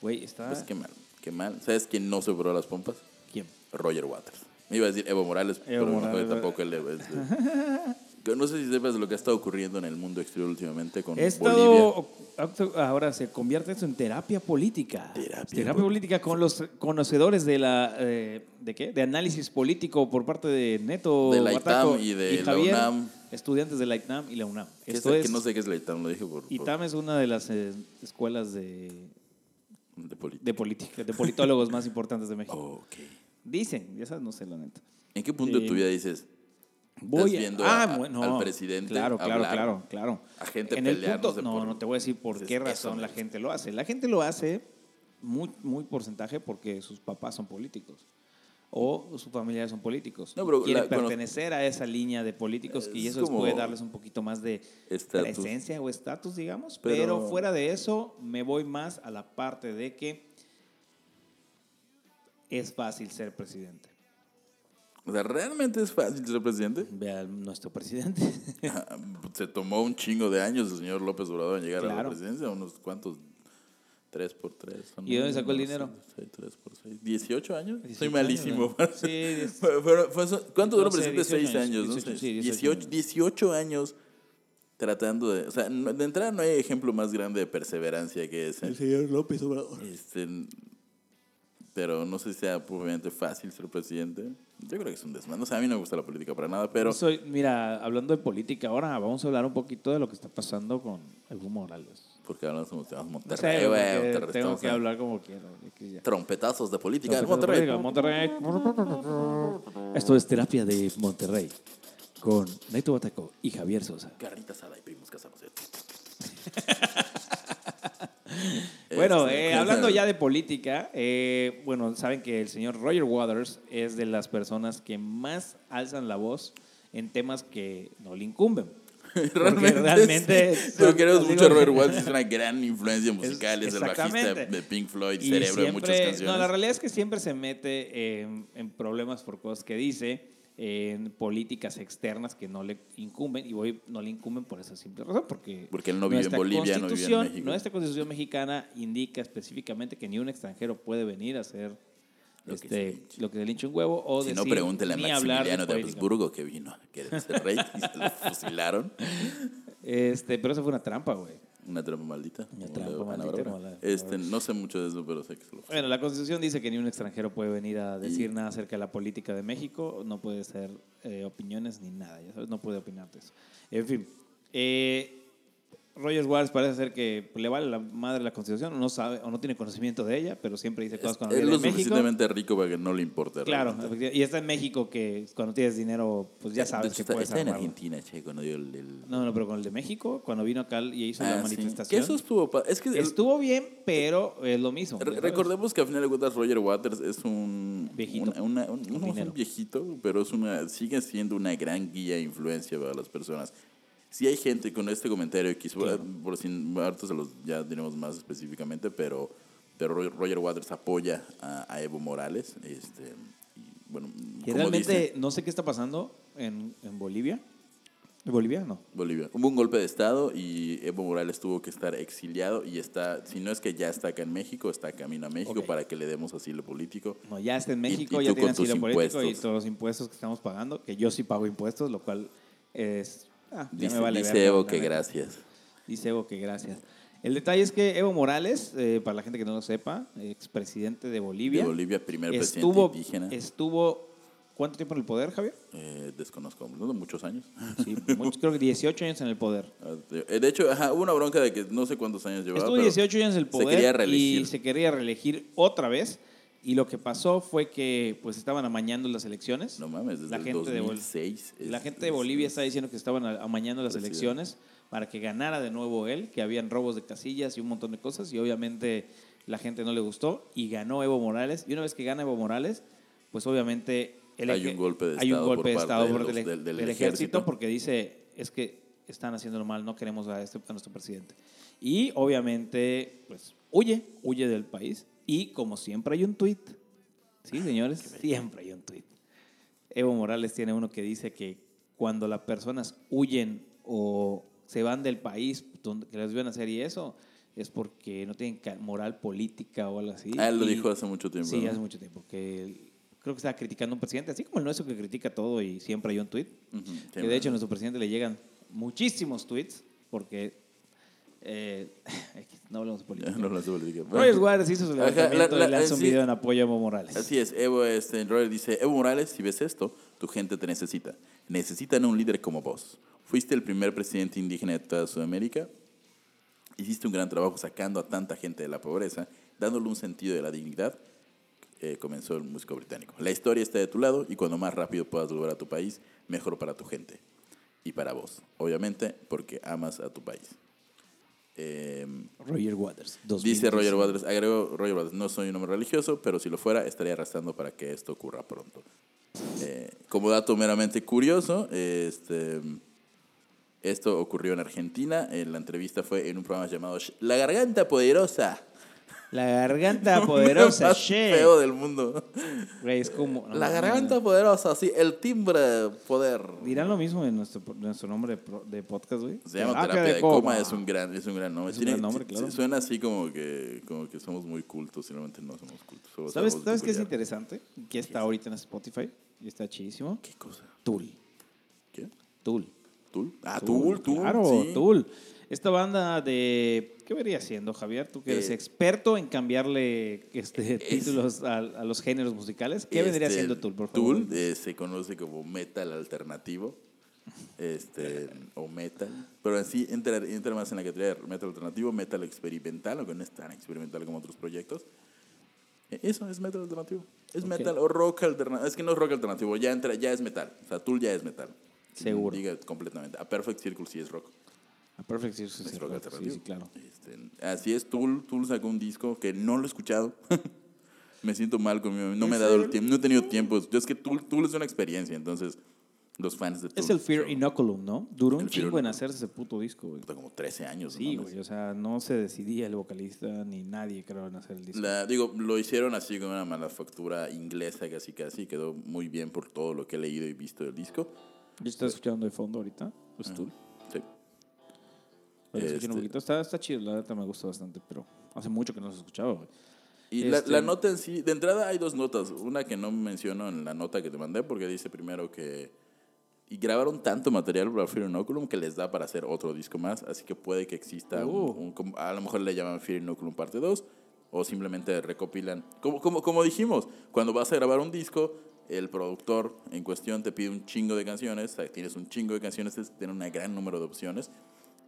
B: Güey, está.
A: Pues qué mal, qué mal. ¿Sabes quién no se operó las pompas?
B: ¿Quién?
A: Roger Waters. Me iba a decir Evo Morales, pero no,
B: Morales, eh.
A: tampoco él es-
B: (laughs)
A: es- No sé si sepas lo que ha estado ocurriendo en el mundo exterior últimamente con
B: He
A: Bolivia.
B: estado. acto- Ahora se convierte eso en terapia política.
A: Terapia pol-
B: política con los conocedores de la. eh, ¿De qué? De análisis político por parte de Neto.
A: De la
B: Guataco
A: ITAM y de la
B: Javier,
A: UNAM.
B: Estudiantes de la ITAM y la UNAM.
A: Que,
B: Esto
A: es-
B: es.
A: que no sé qué es la ITAM, lo dije por, por-
B: ITAM es una de las eh, escuelas de,
A: de política.
B: de política, de politólogos más importantes de México.
A: Ok.
B: Dicen, ya sabes, no sé la neta.
A: ¿En qué punto de tu
B: Eh,
A: vida dices
B: Voy a-
A: viendo
B: ah,
A: a-
B: bueno,
A: al presidente
B: Claro, claro,
A: hablar,
B: claro, claro.
A: a gente
B: en el
A: peleándose
B: punto- no,
A: por-
B: no te voy a decir por
A: Dices,
B: qué
A: "Eso
B: razón
A: no
B: la
A: es".
B: gente lo hace. La gente lo hace muy, muy porcentaje porque sus papás son políticos. O sus familiares son políticos.
A: No, pero
B: Quieren
A: la- bueno,
B: pertenecer a esa línea de políticos y
A: es
B: eso les
A: como
B: puede darles un poquito más de
A: estatus.
B: presencia o estatus, digamos.
A: Pero-
B: Pero, fuera de eso, me voy más a la parte de que es fácil ser presidente.
A: o sea, ¿realmente es fácil ser presidente?
B: Vea a nuestro presidente. (laughs)
A: (laughs) se tomó un chingo de años el señor López Obrador en llegar a la
B: Claro.
A: presidencia, unos cuantos, tres por tres. son
B: ¿Y de dónde
A: nueve,
B: sacó el
A: no
B: dinero?
A: sé, seis, tres por seis. ¿18 años? Soy
B: 18
A: malísimo.
B: años, ¿no? Sí, diez-
A: (laughs) Fue- fue- fue eso- ¿Cuánto duró
B: No sé,
A: presidente?
B: 18
A: Seis años,
B: años,
A: ¿no?
B: 18,
A: Seis-
B: sí,
A: 18,
B: 18
A: 18 años tratando de... O sea, no- de entrada no hay ejemplo más grande de perseverancia que ese. El señor López Obrador. pero no sé si sea probablemente fácil ser presidente. Yo creo que es un desmán. No sé, a mí no me gusta la política para nada, pero...
B: Soy- mira, hablando de política, ahora vamos a hablar un poquito de lo que está pasando con Evo Morales.
A: Porque hablamos como tenemos
B: No
A: Monterrey,
B: sé,
A: güey,
B: porque
A: Monterrey,
B: tengo
A: estamos
B: que
A: en
B: hablar como quiero. es que ya.
A: Trompetazos de política de Monterrey.
B: Monterrey, Monterrey. Esto es terapia de Monterrey con Neto Bataco y Javier Sosa.
A: Carnita asada y primos casados.
B: (laughs) Bueno,
A: Este,
B: eh,
A: (laughs)
B: hablando ya de política, eh, bueno, saben que el señor Roger Waters es
A: (laughs)
B: de las personas que más alzan la voz en temas que no le incumben.
A: Realmente,
B: realmente
A: sí.
B: son-
A: Lo queremos
B: digo-
A: mucho, Robert Watts es
B: (laughs)
A: una gran influencia musical,
B: Es-
A: es, el bajista
B: exactamente.
A: de Pink Floyd,
B: Y
A: cerebro de muchas
B: siempre-
A: canciones.
B: No, la realidad es que siempre se mete en, en problemas por cosas que dice, en políticas externas que no le incumben, y hoy no le incumben por esa simple razón, porque...
A: Porque él no vive en
B: nuestra
A: Bolivia, no vive en
B: constitución-
A: México.
B: Nuestra constitución mexicana indica específicamente que ni un extranjero puede venir a hacer
A: Lo que se le
B: este,
A: hinche.
B: lo que se le hinche un huevo o
A: si
B: decir,
A: no, pregúntele a
B: ni hablar
A: Maximiliano de
B: política.
A: Habsburgo que vino a querer ser rey y se lo fusilaron.
B: Este, pero eso fue una trampa, güey.
A: Una trampa maldita.
B: Una
A: como la
B: trampa
A: de Ana
B: maldita,
A: Bárbara.
B: como la de-
A: Este, no sé mucho de eso, pero sé que se lo
B: Bueno, la Constitución dice que ni un extranjero puede venir a decir nada acerca de la política de México, no puede ser eh, opiniones ni nada, ya sabes, no puede opinar de eso. En fin, eh, Rogers Waters parece ser que le vale la madre la Constitución, o no sabe o no tiene conocimiento de ella, pero siempre dice cosas cuando
A: Es eh,
B: viene
A: lo
B: de México.
A: suficientemente rico para que no le importe.
B: Claro,
A: realmente.
B: efectivamente. y está en México que cuando tienes dinero, pues ya sabes que
A: está,
B: puedes
A: está en
B: armarla.
A: Argentina, che, cuando dio el... el-
B: No, no, pero con el de México, cuando vino acá y hizo la
A: Ah, sí.
B: manifestación,
A: Que eso estuvo... pa- Es que el-
B: estuvo bien, pero es lo mismo.
A: Re-
B: ya sabes.
A: Recordemos que al final de cuentas Roger Waters es un
B: Viejito.
A: una- una- un,
B: Con
A: no, es
B: dinero.
A: un viejito, pero es una sigue siendo una gran guía e influencia para las personas. Si hay gente con este comentario que hizo, por sin ahorita se los ya tenemos más específicamente, pero pero Roger- Roger Waters apoya a, a Evo Morales, este y, bueno,
B: Que
A: como
B: realmente
A: dicen,
B: no sé qué está pasando en, en Bolivia. ¿En Bolivia? No.
A: Bolivia. Hubo un golpe de estado y Evo Morales tuvo que estar exiliado y está si no es que ya está acá en México, está camino a México
B: Ok.
A: para que le demos asilo político.
B: No, ya está en
A: Y-
B: México,
A: y
B: ya
A: tú
B: tiene
A: con tus
B: asilo político y
A: impuestos.
B: todos los impuestos que estamos pagando, que yo sí pago impuestos, lo cual es... ah, ya
A: Dice,
B: me vale
A: dice
B: verga,
A: Evo
B: la
A: que
B: neta.
A: gracias.
B: Dice Evo que gracias. El detalle es que Evo Morales, eh, para la gente que no lo sepa, expresidente de Bolivia,
A: De Bolivia, primer
B: estuvo,
A: presidente indígena.
B: estuvo... ¿Cuánto tiempo en el poder, Javier?
A: Eh, desconozco, ¿no? muchos años.
B: Sí, muchos- creo que 18 años en el poder.
A: Eh, De hecho, ajá, hubo una bronca de que no sé cuántos años llevaba.
B: Estuvo
A: pero
B: 18 años en el poder
A: Se quería
B: y
A: reelegir.
B: se quería reelegir otra vez. Y lo que pasó fue que pues estaban amañando las elecciones.
A: No mames, desde
B: la
A: el
B: gente de Bol-
A: 2006 es-
B: la gente de
A: es-
B: Bolivia está diciendo que estaban a- amañando las
A: Presidente.
B: elecciones para que ganara de nuevo él, que habían robos de casillas y un montón de cosas y obviamente la gente no le gustó y ganó Evo Morales. Y una vez que gana Evo Morales, pues obviamente el
A: Hay
B: eje-
A: un golpe de
B: hay un
A: estado
B: golpe
A: por
B: de
A: parte
B: estado
A: de
B: por
A: los-
B: del, e-
A: del- del
B: del ejército
A: ejército.
B: porque dice es que están haciéndolo mal, no queremos a, este, a nuestro presidente. Y obviamente, pues huye, huye del país. Y como siempre hay un tuit, sí señores, siempre hay un tuit. Evo Morales tiene uno que dice que cuando las personas huyen o se van del país donde que les van a hacer y eso es porque no tienen ca- moral política o algo así.
A: Ah, él lo
B: Y-
A: dijo hace mucho tiempo.
B: Sí,
A: ¿no?
B: hace mucho tiempo. Que él- creo que estaba criticando a un presidente, así como el nuestro que critica todo y siempre hay un tweet.
A: Ujú,
B: que
A: siempre.
B: de hecho a nuestro presidente le llegan muchísimos tweets porque. eh, (laughs) no hablamos de
A: (laughs)
B: política.
A: No, no se política.
B: Roger Waters hizo su
A: Ajá,
B: levantamiento
A: la- la-
B: y lanza un
A: sí.
B: video en apoyo a Evo Morales.
A: Así es, Evo, este, Roger dice, Evo Morales, si ves esto, tu gente te necesita. Necesitan un líder como vos. Fuiste el primer presidente indígena de toda Sudamérica. Hiciste un gran trabajo sacando a tanta gente de la pobreza, dándole un sentido de la dignidad. eh, comenzó el músico británico. La historia está de tu lado y cuando más rápido puedas volver a tu país, mejor para tu gente y para vos. Obviamente, porque amas a tu país. Em,
B: Roger Waters.
A: Dice
B: 2015.
A: Roger Waters, agrego Roger Waters, no soy un hombre religioso, pero si lo fuera, estaría rezando para que esto ocurra pronto. Eh, como dato meramente curioso, este, esto ocurrió en Argentina. Eh, la entrevista fue en un programa llamado Sh- La Garganta Poderosa. (laughs)
B: La garganta (laughs) poderosa, Ah.
A: Más
B: che.
A: feo del mundo.
B: Güey, es como. no,
A: la
B: no,
A: Garganta Poderosa, sí, el timbre de poder.
B: no. Dirán lo mismo en nuestro, nuestro nombre de, pro- de podcast, güey. Ah,
A: Se llama Terapia, de Coma, es un gran, es un gran nombre.
B: Es un gran nombre, claro.
A: Suena así como que, como que somos muy cultos, y realmente no somos cultos. solo
B: ¿Sabes,
A: somos
B: ¿sabes qué es
A: peculiares.
B: interesante? Que está ahorita en Spotify y está chidísimo.
A: ¿Qué cosa?
B: Tool.
A: ¿Qué?
B: Tool.
A: ¿Tul? Ah, Tool, Tool.
B: Claro,
A: sí.
B: Tool. Esta banda de. ¿Qué vería siendo, Javier? Tú que eres
A: Eh,
B: experto en cambiarle este,
A: es-
B: títulos a, a los géneros musicales. ¿Qué vendría
A: Este,
B: siendo Tool, por favor?
A: Tool eh, se conoce como metal alternativo. Este, o metal. Pero en sí entra, entra más en la categoría de metal alternativo, metal experimental, aunque no es tan experimental como otros proyectos. Eh, Eso es metal alternativo. Es
B: Ok.
A: metal o rock alternativo. Es que no es rock alternativo, ya entra, ya es metal. O sea, Tool ya es metal.
B: Seguro.
A: Diga completamente. A Perfect Circle sí es rock.
B: A Perfect
A: Es
B: Circle, Ah, sí,
A: rock
B: claro. Pues Sí,
A: alternativo.
B: sí, claro.
A: Este, así es, Tool, Tool sacó un disco que no lo he escuchado. (laughs) me siento mal conmigo, no me he dado el tiempo, no he tenido tiempo. Yo es que Tool, Tool es una experiencia, entonces Los fans de
B: Es
A: Tool.
B: el Fear Inoculum, ¿no? Duró un
A: El Fear
B: chingo en
A: Inoculum.
B: hacerse ese puto disco, güey.
A: Puta, Como 13 años.
B: Sí,
A: ¿no?
B: güey. O sea, no se decidía el vocalista ni nadie, creo, en hacer el disco.
A: La- digo, lo hicieron así con una manufactura inglesa casi casi. Quedó muy bien por todo lo que he leído y visto del disco.
B: Yo estaba escuchando de fondo ahorita. Pues tú.
A: Sí.
B: Lo escuché
A: Este-
B: un poquito. Está, está chido, la neta me gusta bastante, pero hace mucho que no los escuchaba, güey.
A: Y la,
B: Este-
A: la nota en sí, de entrada hay dos notas. Una que no menciono en la nota que te mandé porque dice primero que... Y grabaron tanto material para Fear Inoculum que les da para hacer otro disco más. Así que puede que exista un-
B: Oh.
A: un, com- A lo mejor le llaman Fear Inoculum parte 2 o simplemente recopilan. Como, como, como dijimos, cuando vas a grabar un disco, el productor en cuestión te pide un chingo de canciones. o sea, Tienes un chingo de canciones, tienes que tener un gran número de opciones.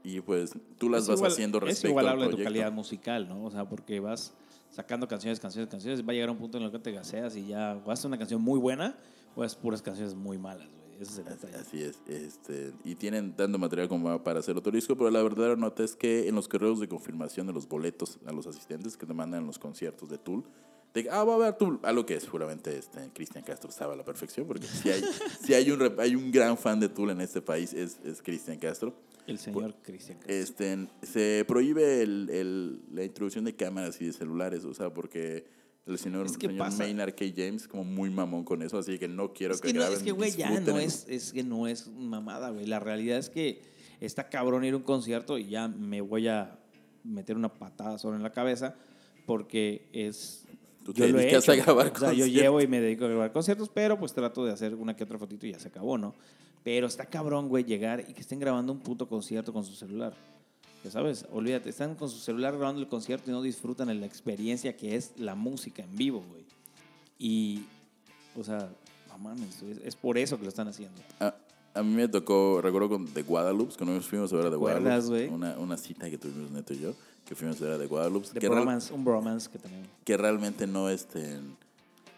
A: Y pues tú las
B: Es
A: vas
B: igual-
A: haciendo respecto
B: Es igual
A: al
B: habla de tu
A: proyecto.
B: calidad musical, ¿no? O sea, porque vas sacando canciones, canciones, canciones. Va a llegar un punto en el que te gaseas y ya o haces una canción muy buena o haces puras canciones muy malas, güey. Ese es el
A: Así,
B: detalle.
A: así es. Este, y tienen tanto material como para hacer otro disco, pero la verdadera nota es que en los correos de confirmación de los boletos a los asistentes que te mandan en los conciertos de Tool, de que, ah, va a haber Tool, algo que seguramente este, Cristian Castro sabe a la perfección, porque si hay, si hay, un, rep- hay un gran fan de Tool en este país es, es Cristian Castro.
B: El señor Cristian.
A: Este, se prohíbe el- el- la introducción de cámaras y de celulares, o sea, porque el señor,
B: Es que
A: señor
B: pasa.
A: Maynard K. James como muy mamón con eso, así que no quiero
B: Es
A: que,
B: que, no,
A: graben.
B: es que, güey, ya
A: disfruten
B: no
A: el-
B: es, es que no es mamada, güey. La realidad es que está cabrón ir a un concierto y ya me voy a meter una patada sobre en la cabeza porque es...
A: Tú te dedicas a grabar
B: O sea, yo
A: conciertos.
B: llevo y me dedico a grabar conciertos, pero pues trato de hacer una que otra fotito y ya se acabó, ¿no? Pero está cabrón, güey, llegar y que estén grabando un puto concierto con su celular. Ya sabes, olvídate, están con su celular grabando el concierto y no disfrutan de la experiencia que es la música en vivo, güey. Y, o sea, no mames, es, es por eso que lo están haciendo.
A: A, a mí me tocó, recuerdo con The Guadalupe, cuando nos fuimos a ver a The
B: acuerdas,
A: Guadalupe.
B: güey?
A: Una, una cita que tuvimos Neto y yo, que fuimos a ver a The Guadalupe.
B: De
A: que, real-
B: bromance, un bromance que tenemos.
A: que realmente no estén.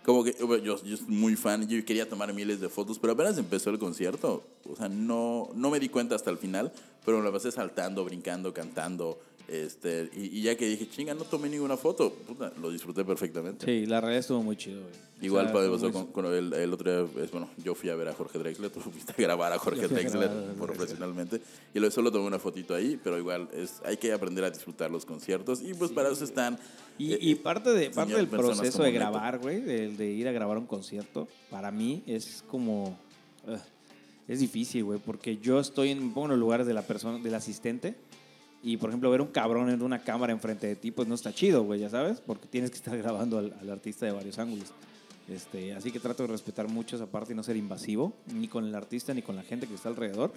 A: Como que yo, yo soy muy fan, yo quería tomar miles de fotos, pero apenas empezó el concierto. O sea, no, no me di cuenta hasta el final, pero me la pasé saltando, brincando, cantando. Este, y, y ya que dije, chinga, no tomé ninguna foto, puta, lo disfruté perfectamente.
B: Sí, la realidad estuvo muy chido, güey. O
A: Igual
B: sea,
A: pa-
B: estuvo
A: pasó
B: muy-
A: con, con el, el otro día, es, bueno, yo fui a ver a Jorge Drexler, tú (laughs) fuiste a grabar a Jorge
B: Yo fui a
A: Drexler
B: grabar a Jorge
A: profesionalmente, y lo solo tomé una fotito ahí, pero igual es, hay que aprender a disfrutar los conciertos, y pues para eso están... eh,
B: Y, y parte, de, parte
A: señor
B: del
A: personas
B: proceso
A: como
B: de
A: Neto.
B: grabar, güey, del de ir a grabar un concierto, para mí es como... ugh, es difícil, güey, porque yo estoy en, me pongo en los lugares de la persona, del asistente, y por ejemplo ver un cabrón en una cámara enfrente de ti, pues no está chido, güey, ya sabes, porque tienes que estar (laughs) grabando al, al artista de varios ángulos. Este, así que trato de respetar mucho esa parte y no ser invasivo, ni con el artista ni con la gente que está alrededor.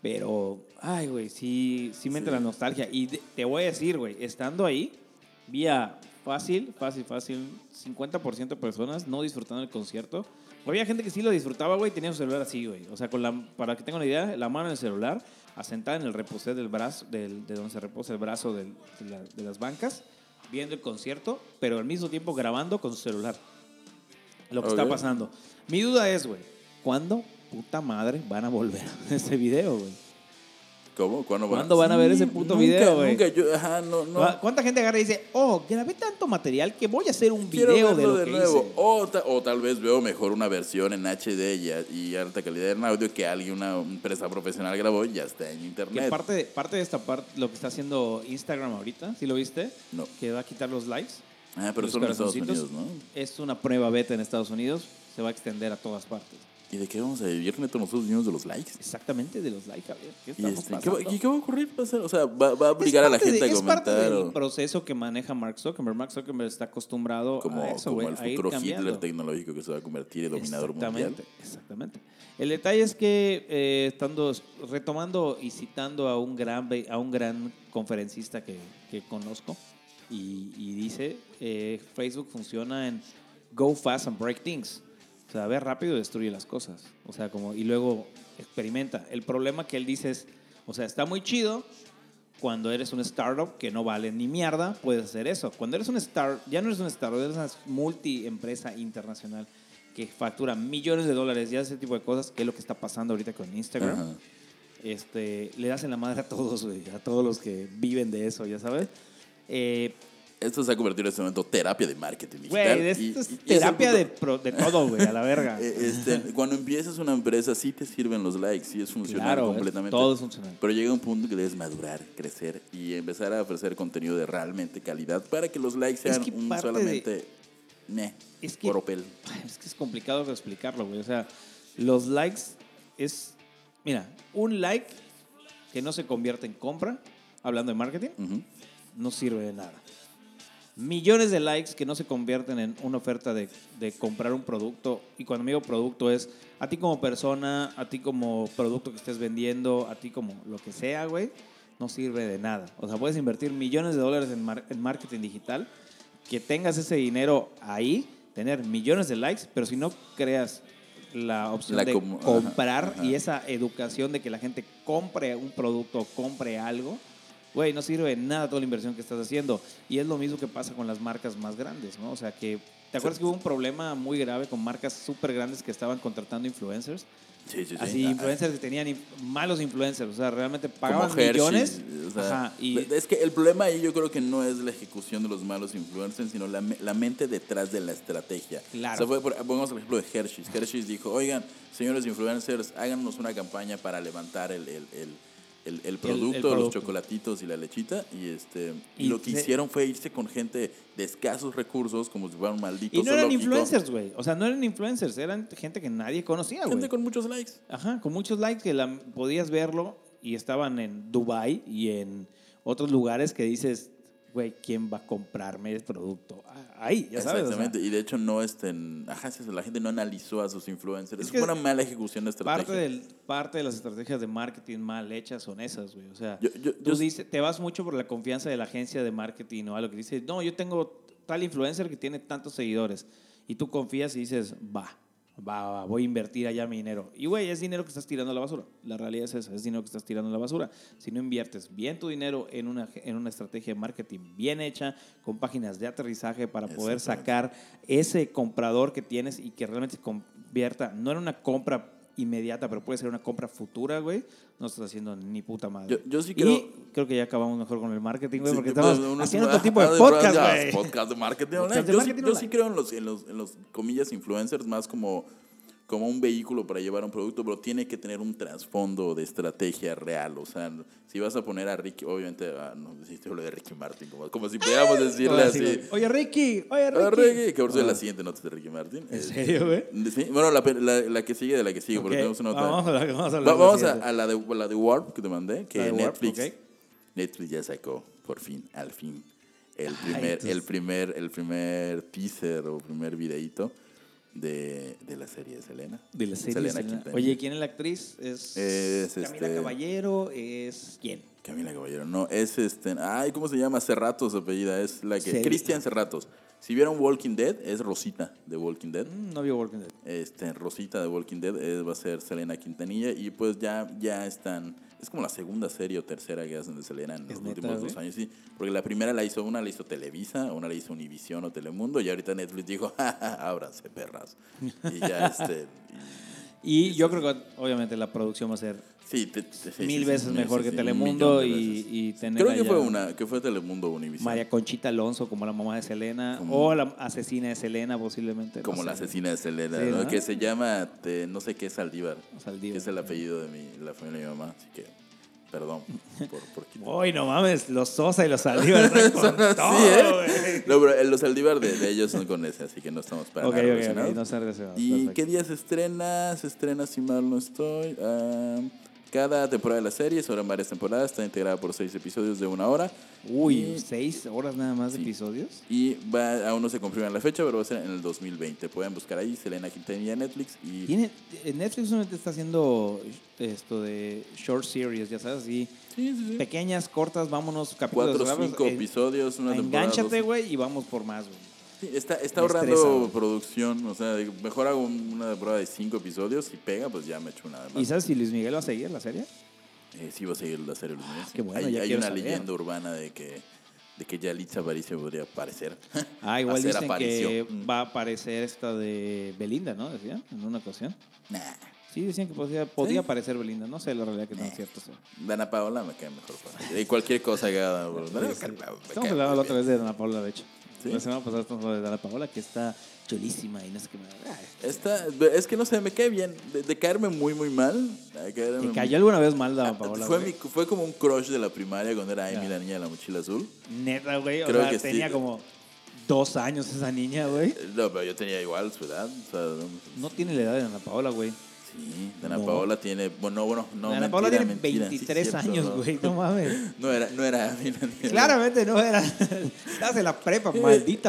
B: Pero, ay, güey, sí, sí me entra la nostalgia. Y de- te voy a decir, güey, estando ahí, vi a fácil, fácil, fácil, 50% de personas no disfrutando el concierto. Había gente que sí lo disfrutaba, güey, tenía su celular así, güey. O sea, con la, para que tengan una idea, la mano en el celular, asentada en el reposé del brazo, del- de donde se reposa el brazo del- de, la- de las bancas, viendo el concierto, pero al mismo tiempo grabando con su celular lo que está
A: Ok.
B: pasando. Mi duda es, güey, ¿cuándo puta madre van a volver a ese video, güey?
A: ¿Cómo? ¿Cuándo van,
B: ¿Cuándo van a ver ese puto video, güey?
A: Nunca, yo, ajá, no, no.
B: ¿Cu- ¿Cuánta gente agarra y dice, oh, grabé tanto material que voy a hacer un
A: Quiero
B: video de
A: verlo
B: lo
A: de
B: que
A: nuevo.
B: hice?
A: O, ta- o tal vez veo mejor una versión en HD y, a- y alta calidad en audio que alguien, una empresa profesional grabó y ya está en
B: Que
A: internet.
B: parte de, parte de esta parte, lo que está haciendo Instagram ahorita, ¿sí lo viste?
A: No.
B: Que va a quitar los likes.
A: Ah, pero
B: los
A: solo en Estados
B: corazoncitos.
A: Unidos, ¿no?
B: Es una prueba beta en Estados Unidos, se va a extender a todas partes.
A: ¿Y de qué vamos a vivir, Neto, nosotros niños de los likes?
B: Exactamente de los likes, a ver,
A: ¿Y
B: ¿qué estamos
A: este, ¿qué,
B: pasando?
A: va, y qué va a ocurrir? Va a ser- o sea, va, va a obligar a la
B: parte de-
A: gente a
B: es parte
A: comentar.
B: del
A: o-
B: proceso que maneja Mark Zuckerberg. Mark Zuckerberg está acostumbrado
A: como,
B: a Ah, eso,
A: como
B: güey,
A: el
B: a ir
A: futuro
B: cambiando.
A: Hitler tecnológico que se va a convertir en dominador
B: exactamente,
A: mundial.
B: Exactamente. El detalle es que eh, estando s- retomando y citando a un gran ve- a un gran conferencista que, que conozco y, y dice eh, Facebook funciona en go fast and break things. O sea, ve rápido y destruye las cosas. O sea, como y luego experimenta. El problema que él dice es, o sea, está muy chido, cuando eres un startup que no vale ni mierda, puedes hacer eso. Cuando eres un startup, ya no eres un startup, eres una multiempresa internacional que factura millones de dólares y hace ese tipo de cosas, que es lo que está pasando ahorita con Instagram.
A: Ajá.
B: Este, le das en la madre a todos, güey, a todos los que viven de eso, ya sabes. Eh,
A: Esto se ha convertido en este momento terapia de marketing digital.
B: Güey,
A: y-
B: esto es
A: y- y es el
B: terapia
A: punto.
B: de, pro- de todo, güey, a la verga.
A: (laughs) Eh, este, cuando empiezas una empresa, sí te sirven los likes, sí es funcional
B: Claro, es-
A: completamente.
B: todo es funcional.
A: Pero llega un punto que debes madurar, crecer y empezar a ofrecer contenido de realmente calidad para que los likes
B: Es
A: sean
B: que
A: un
B: parte
A: solamente. Meh,
B: Es que-
A: oropel.
B: (laughs) Es que es complicado de explicarlo, güey. O sea, los likes es. Mira, un like que no se convierte en compra, hablando de marketing,
A: Ujú.
B: no sirve de nada. Millones de likes que no se convierten en una oferta de, de comprar un producto. Y cuando digo producto es a ti como persona, a ti como producto que estés vendiendo, a ti como lo que sea, güey, no sirve de nada. O sea, puedes invertir millones de dólares en, mar- en marketing digital, que tengas ese dinero ahí, tener millones de likes, pero si no creas la opción
A: La
B: de
A: com- ajá,
B: comprar
A: ajá.
B: y esa educación de que la gente compre un producto o compre algo, Güey, no sirve de nada toda la inversión que estás haciendo. Y es lo mismo que pasa con las marcas más grandes, ¿no? O sea, que. ¿Te acuerdas que hubo un problema muy grave con marcas súper grandes que estaban contratando influencers?
A: Sí, sí, sí.
B: Así,
A: Ah,
B: influencers que tenían inf- malos influencers. O sea, realmente
A: como
B: pagaban
A: Hershey,
B: millones.
A: o sea,
B: Ajá, y
A: Es que el problema ahí yo creo que no es la ejecución de los malos influencers, sino la, me- la mente detrás de la estrategia.
B: Claro.
A: O sea, fue por- pongamos el ejemplo de Hershey's. Hershey's dijo, oigan, señores influencers, háganos una campaña para levantar el, el- el- el- el producto,
B: producto.
A: los chocolatitos y la lechita. Y, este, y,
B: Y
A: lo que
B: se-
A: hicieron fue irse con gente de escasos recursos, como si fueran malditos.
B: y no eran influencers, güey. O sea, no eran influencers. Eran gente que nadie conocía,
A: Gente
B: güey.
A: con muchos likes.
B: Ajá, con muchos likes que la, podías verlo y estaban en Dubai y en otros lugares que dices, güey, ¿quién va a comprarme el producto? Ah, Ahí, ya sabes. o sea,
A: Exactamente, y de hecho no estén, ajá, es eso, la gente no analizó a sus influencers.
B: Es
A: Es,
B: que
A: una mala ejecución de estrategia.
B: parte, del, parte de las estrategias de marketing mal hechas son esas, güey. O sea,
A: Yo- yo-
B: tú
A: yo-
B: dices- te vas mucho por la confianza de la agencia de marketing o algo que dices, no, yo tengo tal influencer que tiene tantos seguidores. Y tú confías y dices, va, va, va, voy a invertir allá mi dinero. Y, güey, es dinero que estás tirando a la basura. La realidad es esa, es dinero que estás tirando a la basura. Si no inviertes bien tu dinero en una, en una estrategia de marketing bien hecha, con páginas de aterrizaje para poder
A: Exactamente.
B: sacar buscar ese comprador que tienes y que realmente se convierta, no en una compra inmediata, pero puede ser una compra futura, güey, no estás haciendo ni puta madre.
A: Yo- yo sí
B: Y
A: creo-
B: creo que ya acabamos mejor con el marketing, güey,
A: Sí,
B: porque
A: que
B: estamos
A: puede- uno-
B: haciendo
A: ah,
B: otro tipo de
A: ah,
B: podcast,
A: podcast,
B: güey. (laughs)
A: podcast de marketing
B: Podcast
A: online.
B: de
A: Yo,
B: marketing
A: sí, yo sí
B: online.
A: creo en los, en, los, en los, comillas, influencers más como, como un vehículo para llevar un producto, pero tiene que tener un trasfondo de estrategia real. O sea, si vas a poner a Ricky, obviamente, ah, no hiciste lo de Ricky Martin, como, como si pudiéramos decirle
B: Ahora sí,
A: así.
B: güey. Oye, Ricky, oye, Ah, Ricky.
A: "Ah, Ricky, que por cierto, la siguiente nota es de Ricky Martin.
B: ¿En
A: Eh,
B: serio, güey?
A: sí, bueno, la, pe- la- la que sigue de la que sigue, porque
B: Ok,
A: tenemos una nota.
B: Vamos a hablar, vamos a hablar
A: Va-
B: de la
A: vamos a,
B: siguiente.
A: a la, de, a la de Warp que te mandé,
B: La de
A: que
B: Warp,
A: Netflix,
B: ok.
A: Netflix ya sacó, por fin, al fin, el primer, el primer, el primer teaser o primer videíto de, de la serie de Selena.
B: De la serie
A: Selena
B: Selena.
A: Quintanilla.
B: Oye, ¿quién es la actriz? Es,
A: Es,
B: Camila
A: este-
B: Caballero, es quién?
A: Camila Caballero, no, es este, ay, ¿cómo se llama? Cerratos su apellida, es la que,
B: Cel-
A: Cristian Cerratos. Si vieron Walking Dead, es Rosita de Walking Dead.
B: Mm, No vio Walking Dead.
A: este, Rosita de Walking Dead eh, va a ser Selena Quintanilla y pues ya, ya están, es como la segunda serie o tercera que hacen de Selena en
B: ¿Es
A: los
B: neta,
A: últimos
B: güey?
A: dos años, sí, porque la primera la hizo, una la hizo Televisa, una la hizo Univisión o Telemundo y ahorita Netflix dijo, (laughs) "Ja, ja, ábranse perras. Y ya este... y-
B: Y yo creo que obviamente la producción va a ser
A: Sí, te- te- sí,
B: mil
A: sí, sí,
B: veces
A: sí,
B: mejor
A: sí,
B: que
A: sí, un millón
B: Telemundo
A: de
B: y,
A: veces.
B: y tener
A: Creo que
B: allá
A: fue una, que fue Telemundo o Univisión.
B: María Conchita Alonso como la mamá de Selena
A: Como-
B: o la asesina de Selena posiblemente. no
A: Como
B: sé.
A: la asesina de Selena,
B: Sí,
A: ¿no?
B: ¿no?
A: que se llama, te- no sé qué, Saldívar.
B: Saldívar.
A: Que es el apellido de mi, la familia de mi mamá, así que, perdón por,
B: (laughs)
A: por quitar.
B: (laughs) Uy, no mames, los Sosa y
A: (laughs)
B: los Saldívar están con todo,
A: Sí, ¿eh?
B: güey.
A: No, pero eh, los Aldívar de, de ellos son con ese, así que no estamos para
B: Ok,
A: nada
B: ok, ok,
A: relacionados.
B: no se han relacionado.
A: ¿Y
B: perfecto.
A: qué día se estrena? Se estrena, si mal no estoy. am, cada temporada de la serie, sobre varias temporadas, está integrada por seis episodios de una hora.
B: Uy,
A: Y-
B: seis horas nada más de
A: Sí.
B: episodios.
A: Y va, aún no se confirma la fecha, pero va a ser en el 2020. Pueden buscar ahí Selena Quintanilla en Netflix y
B: Tiene, eh, Netflix solamente está haciendo esto de short series, ya sabes, así. Pequeñas, cortas, vámonos, capítulos.
A: cuatro o
B: grabados,
A: cinco
B: eh,
A: episodios, una temporada.
B: Engánchate,
A: dos-
B: güey, y vamos por más, güey.
A: Sí, está está
B: Me
A: ahorrando
B: estresa, güey.
A: producción, o sea, mejor hago un- una temporada de cinco episodios y pega, pues ya me echo una de más.
B: ¿Y sabes si Luis Miguel va a seguir la serie?
A: Eh, sí, va a seguir la serie Luis Miguel, sí.
B: Ah, qué bueno,
A: hay
B: ya
A: hay
B: quiero
A: una
B: saber.
A: leyenda urbana de que, de que Yalitza Aparicio podría aparecer.
B: Ah, igual
A: Hacer
B: dicen que
A: aparición. Mm.
B: va a aparecer esta de Belinda, ¿no? Decía, en una ocasión.
A: (laughs) Nah.
B: Sí, decían que podía, podía parecer Belinda. No sé la realidad que tan
A: Eh,
B: cierto sea.
A: Dana Paola me cae mejor. pa. Y cualquier cosa que haga. bro. Dana Paola me
B: Estamos
A: cae
B: hablando
A: muy
B: la otra
A: bien.
B: vez de Dana Paola, de hecho.
A: Sí.
B: La semana pasada estamos hablando de Dana Paola, que está chulísima y no sé qué. más. Ay,
A: Esta- es que no sé, me cae bien. De, de caerme muy, muy mal. a caerme
B: ¿Te
A: muy-
B: cayó alguna vez mal
A: Ah, (laughs)
B: Dana Paola?
A: fue,
B: güey?
A: mi- fue como un crush de la primaria cuando era Amy, la niña de la mochila azul.
B: Neta, güey. O
A: Creo
B: sea,
A: que sí.
B: tenía como dos años esa niña, güey.
A: Eh, No, pero yo tenía igual su edad. o sea, no-
B: No tiene la edad de Ana Paola, güey.
A: sí, Dana
B: No.
A: Paola tiene. Bueno, bueno, no.
B: Ana
A: mentira,
B: Paola tiene
A: mentira, sí es
B: 23
A: cierto,
B: años,
A: no.
B: güey. No
A: (laughs)
B: mames.
A: No era, no era Amy, la niña.
B: Claramente no era. (laughs) Estás en la
A: (laughs)
B: prepa, maldita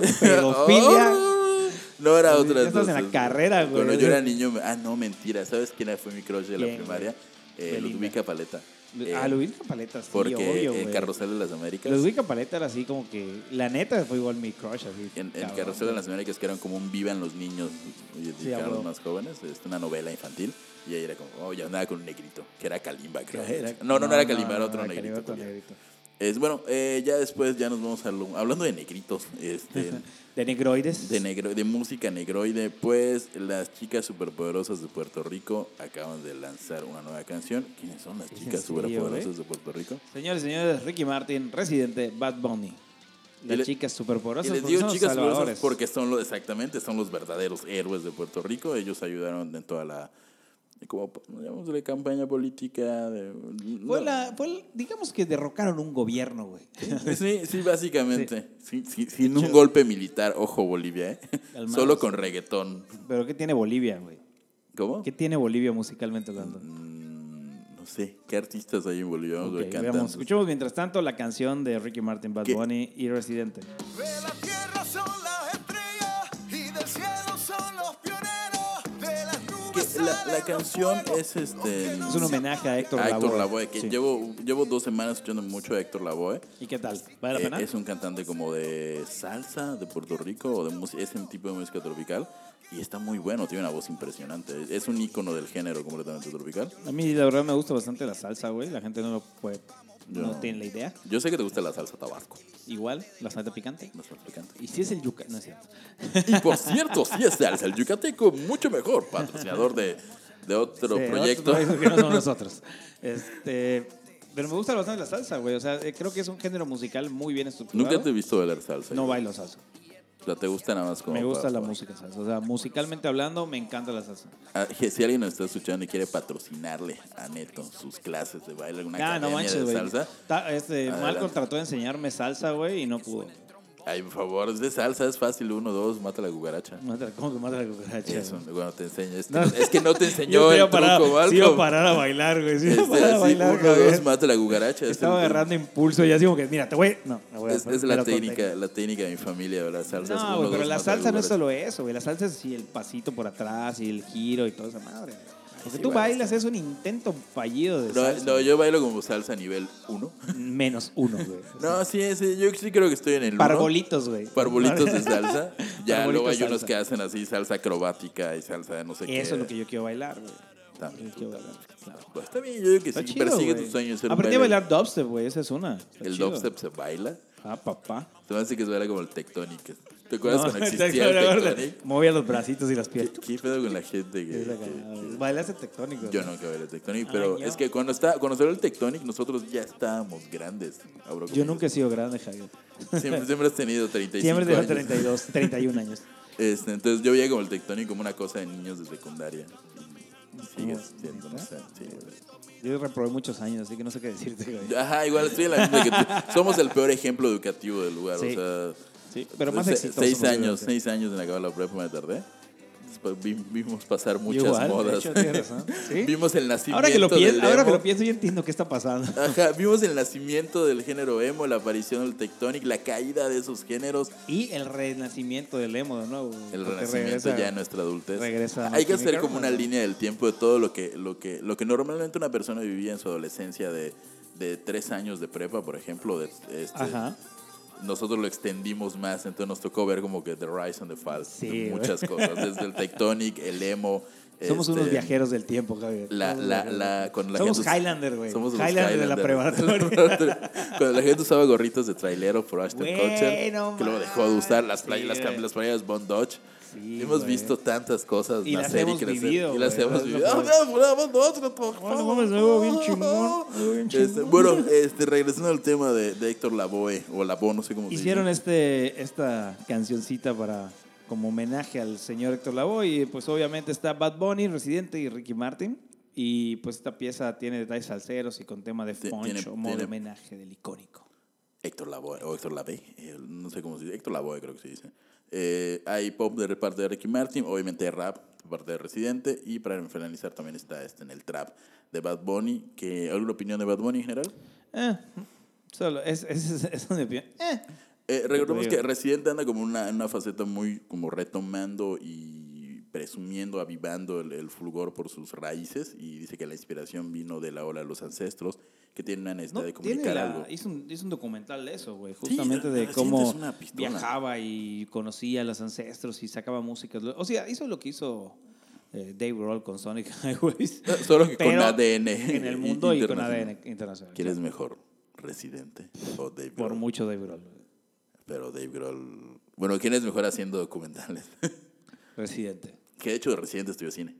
B: pedofilia.
A: Oh, no era
B: Ya
A: otra.
B: estás en la
A: entonces.
B: carrera, güey.
A: Cuando yo era niño. me- Ah, no, mentira. ¿Sabes quién era- fue mi crush de la
B: ¿Quién,
A: primaria? Eh,
B: Belinda.
A: Ludwika Paleta. Eh,
B: A Luis Capaleta, ah, sí,
A: Porque eh,
B: obvio,
A: en
B: güey.
A: Carrusel de las Américas.
B: Ludwig Paleta era así como que, la neta fue igual mi crush así.
A: En, en
B: cabrón.
A: Carrusel de las Américas, que eran como un Vivan los niños y
B: Sí, a
A: dedicaron a los
B: huevo.
A: más jóvenes, es una novela infantil. Y ahí era como, oh, yo andaba con un negrito, que era Kalimba, creo.
B: Era-
A: no, no, no era Kalimba, era otro
B: era
A: negrito.
B: Kalimba, otro
A: culiao.
B: negrito.
A: Es, bueno, eh, ya después ya nos vamos a lo- hablando de negritos, este,
B: De negroides.
A: de, negro, de música negroide. Pues las chicas superpoderosas de Puerto Rico acaban de lanzar una nueva canción. ¿Quiénes son las
B: ¿Es
A: chicas
B: en serio,
A: superpoderosas
B: güey?
A: de Puerto Rico?
B: Señores, señores, Ricky Martin, residente, Bad Bunny.
A: Y
B: Las
A: le-
B: chicas
A: Y
B: superpoderosas.
A: les
B: porque
A: digo
B: son los
A: chicas superpoderosas
B: salvadores.
A: porque son los, exactamente, son los verdaderos héroes de Puerto Rico. Ellos ayudaron en toda la, como, digamos, la campaña política. De,
B: Fue
A: no.
B: la, fue el- digamos que derrocaron un gobierno, güey.
A: Sí, sí, básicamente. Sí, sí, sin un golpe militar, ojo Bolivia, ¿eh?
B: Calmados.
A: Solo con reggaetón.
B: Pero ¿qué tiene Bolivia, güey?
A: ¿Cómo?
B: ¿Qué tiene Bolivia musicalmente hablando?
A: Mm, no sé, ¿qué artistas hay en Bolivia? Vamos a ver,
B: Ok,
A: cantan.
B: veamos. Escuchemos mientras tanto la canción de Ricky Martin, Bad
A: ¿Qué?
B: Bunny y Residente.
D: De la tierra son las estrellas y del cielo son los pioneros. De las nubes
A: Que la, la
D: salen los
A: canción
D: fuegos,
A: es este...
B: Es un homenaje a Héctor
A: a
B: Lavoe.
A: Héctor Lavoe, que
B: Sí.
A: llevo, llevo dos semanas escuchando mucho a Héctor Lavoe.
B: ¿Y qué tal? ¿Vale la
A: Eh,
B: pena?
A: es un cantante como de salsa de Puerto Rico o de música, ese tipo de música tropical. Y está muy bueno, tiene una voz impresionante. Es- Es un ícono del género completamente tropical.
B: A mí la verdad me gusta bastante la salsa, güey. La gente no lo puede, no
A: No.
B: tiene la idea.
A: Yo sé que te gusta la salsa tabasco,
B: Igual, la salsa picante.
A: no soy picante.
B: Y si es el yuca, no es cierto.
A: Y por cierto, sí es salsa, el yucateco, mucho mejor, patrocinador de, de otro
B: Sí,
A: proyecto.
B: otro proyecto que no somos nosotros. Este, pero me gusta bastante la salsa, güey. O sea, eh, creo que es un género musical muy bien estructurado.
A: Nunca te he visto bailar salsa.
B: No
A: yo.
B: bailo salsa.
A: O sea, te gusta nada más como.
B: Me gusta
A: para-
B: la música salsa. O sea, musicalmente hablando, me encanta la salsa.
A: Ah, que si alguien nos está escuchando y quiere patrocinarle a Neto sus clases de baile, alguna
B: Ah,
A: academia
B: no manches,
A: de
B: güey.
A: salsa,
B: Ta- Este,
A: Adelante.
B: Malcolm trató de enseñarme salsa, güey, y no pudo.
A: Ay, por favor, es de salsa, es fácil. Uno, dos, mata la cucaracha.
B: Mata- ¿Cómo que mata la cucaracha?
A: Eso,
B: güey?
A: cuando te enseño. Es que,
B: No.
A: no, es que no te
B: (laughs) Yo
A: enseñó
B: sí iba
A: el
B: a parar-
A: truco,
B: sí iba a
A: Malcolm. (laughs)
B: parar a bailar, güey. Sí iba a
A: Este,
B: parar a
A: sí,
B: bailar,
A: uno,
B: cabrón.
A: dos, mata la cucaracha. (laughs) es
B: Estaba
A: el-
B: agarrando impulso y así como que, mira, te voy. No, me voy a-
A: Es, es
B: me
A: la
B: lo corté.
A: técnica, la técnica de mi familia, la salsa. es
B: No,
A: uno,
B: güey, pero
A: dos,
B: la
A: mata
B: salsa no es
A: cucaracha.
B: solo eso, güey. La salsa es sí, el pasito por atrás y el giro y toda esa madre. güey. Porque
A: sí,
B: tú
A: vale,
B: bailas, es un intento fallido de salsa.
A: No, no, yo bailo como salsa nivel 1.
B: Menos uno, güey.
A: (laughs) No, sí, sí, yo sí creo que estoy en el 1.
B: Parbolitos, güey.
A: Parbolitos de salsa. Ya
B: Parbolitos
A: luego hay unos
B: salsa.
A: que hacen así salsa acrobática y salsa de no sé qué.
B: Eso es lo que yo quiero bailar, güey.
A: También,
B: Yo quiero
A: tú
B: bailar, claro.
A: Pues está bien, yo digo que
B: Está
A: sí.
B: chido,
A: persigue
B: güey.
A: tus sueños. ser un
B: Aprendí a
A: bailarín.
B: bailar dubstep, güey. Esa es una. Está
A: El
B: chido.
A: dubstep se baila.
B: Ah, papá.
A: Se me hace que se baila como el Tectonic. ¿Te acuerdas
B: (laughs) No,
A: cuando existía
B: exacto,
A: el
B: güey.
A: Tectonic?
B: Movía los bracitos y las
A: ¿Qué,
B: piernas.
A: qué pedo con la gente que,
B: Esa
A: que-
B: cagada. Bailaste tectónico.
A: Yo
B: güey.
A: nunca bailé Tectonic,
B: Ah,
A: pero
B: yo.
A: es que cuando, está, cuando salió el Tectonic, nosotros ya estábamos grandes. abro
B: Yo
A: comillas.
B: nunca he sido grande, Javier.
A: Siempre, siempre has tenido 35
B: Siempre
A: años.
B: tengo 32, 31 años.
A: Este, entonces yo veía como el Tectonic como una cosa de niños de secundaria. Y sigue siendo, no sé, sí, güey.
B: Yo reprobé muchos años, así que no sé qué decirte, güey.
A: Ajá, igual estoy en la misma que tú. Somos el peor ejemplo educativo del lugar. O
B: Sí.
A: sea,
B: Sí, pero más
A: Se-
B: exitoso.
A: Seis años,
B: posiblemente.
A: seis años en acabar la prepa me tardé. Después vi- vimos pasar muchas
B: Igual, de
A: modas.
B: hecho, tienes razón. Sí.
A: (laughs) Vimos el nacimiento
B: Ahora que, lo
A: del
B: pienso, ahora que
A: emo.
B: lo pienso, yo entiendo qué está pasando.
A: Ajá, vimos el nacimiento del género emo, la aparición del tectonic, la caída de esos géneros,
B: Y el renacimiento del emo de nuevo. güey,
A: el
B: porque
A: renacimiento
B: regresa-
A: ya en nuestra adultez.
B: regresa
A: Hay que
B: Martin
A: hacer
B: y
A: como una
B: Carmen.
A: línea del tiempo de todo lo que, lo que, lo que normalmente una persona vivía en su adolescencia de, de tres años de prepa, por ejemplo. De, este,
B: Ajá.
A: nosotros lo extendimos más, entonces nos tocó ver como que The Rise and the Fall,
B: Sí,
A: de
B: güey.
A: muchas cosas, desde el tectonic, el emo,
B: Somos unos
A: Este,
B: viajeros del tiempo, Javier.
A: La,
B: Somos
A: la,
B: viajeros.
A: la, cuando la
B: Somos
A: gente us-
B: Highlander, güey.
A: Somos los
B: Highlander de
A: (laughs)
B: la preparatoria.
A: cuando la gente usaba gorritos de trailero por Ashton
B: Güey,
A: Kutcher,
B: no
A: que luego dejó de usar las
B: manches,
A: playas, las, cam-
B: güey.
A: las playas Bond Dodge.
B: Sí,
A: hemos
B: güey.
A: visto tantas cosas
B: Y las
A: nacer
B: hemos
A: y crecer.
B: vivido,
A: y las
B: güey.
A: hemos
B: Es lo
A: vivido. ¡Ah,
B: peor.
A: mira, mira, Bond Dodge, no, por
B: Ah, no
A: favor!
B: mames, me veo bien chimón, me veo bien
A: Este,
B: chimón.
A: bueno, este, regresando al tema de, de Héctor Lavoe, o Lavoe, no sé cómo se
B: Hicieron
A: dice.
B: este, esta cancioncita para como homenaje al señor Héctor Lavoe y pues obviamente está Bad Bunny, Residente y Ricky Martin y pues esta pieza tiene detalles salseros y con tema de
A: Ti-
B: poncho,
A: tiene-
B: modo
A: tiene-
B: homenaje del icónico.
A: Héctor Lavoe, o Héctor Lavoe, eh, no sé cómo se dice, Héctor Lavoe creo que se dice. Eh, hay pop de parte de Ricky Martin, obviamente rap de parte de Residente, y para finalizar también está este en el trap de Bad Bunny, que ¿alguna opinión de Bad Bunny en general?
B: Eh, solo, es, es, es, es una opinión. Eh,
A: Eh, recordemos
B: Digo.
A: que Residente anda como una, en una faceta muy como retomando y presumiendo, avivando el, el fulgor por sus raíces y dice que la inspiración vino de la ola de los ancestros que tienen una necesidad
B: no,
A: de
B: tiene
A: comunicar
B: la-
A: algo.
B: hizo, un, hizo un documental de eso, güey,
A: Sí,
B: justamente de
A: Residente
B: cómo
A: es una pistola.
B: viajaba y conocía a los ancestros y sacaba música. O sea, hizo lo que hizo eh, Dave Roll con Sonic (laughs) Highways.
A: Solo que con
B: Pero
A: ADN.
B: En el mundo y con
A: internacional.
B: ADN internacional.
A: ¿Quién es mejor? ¿Residente o Dave Grohl?
B: Por mucho Dave Grohl.
A: Pero Dave Grohl... Bueno, ¿quién es mejor haciendo documentales? (laughs)
B: Residente.
A: que de hecho Residente estudió cine.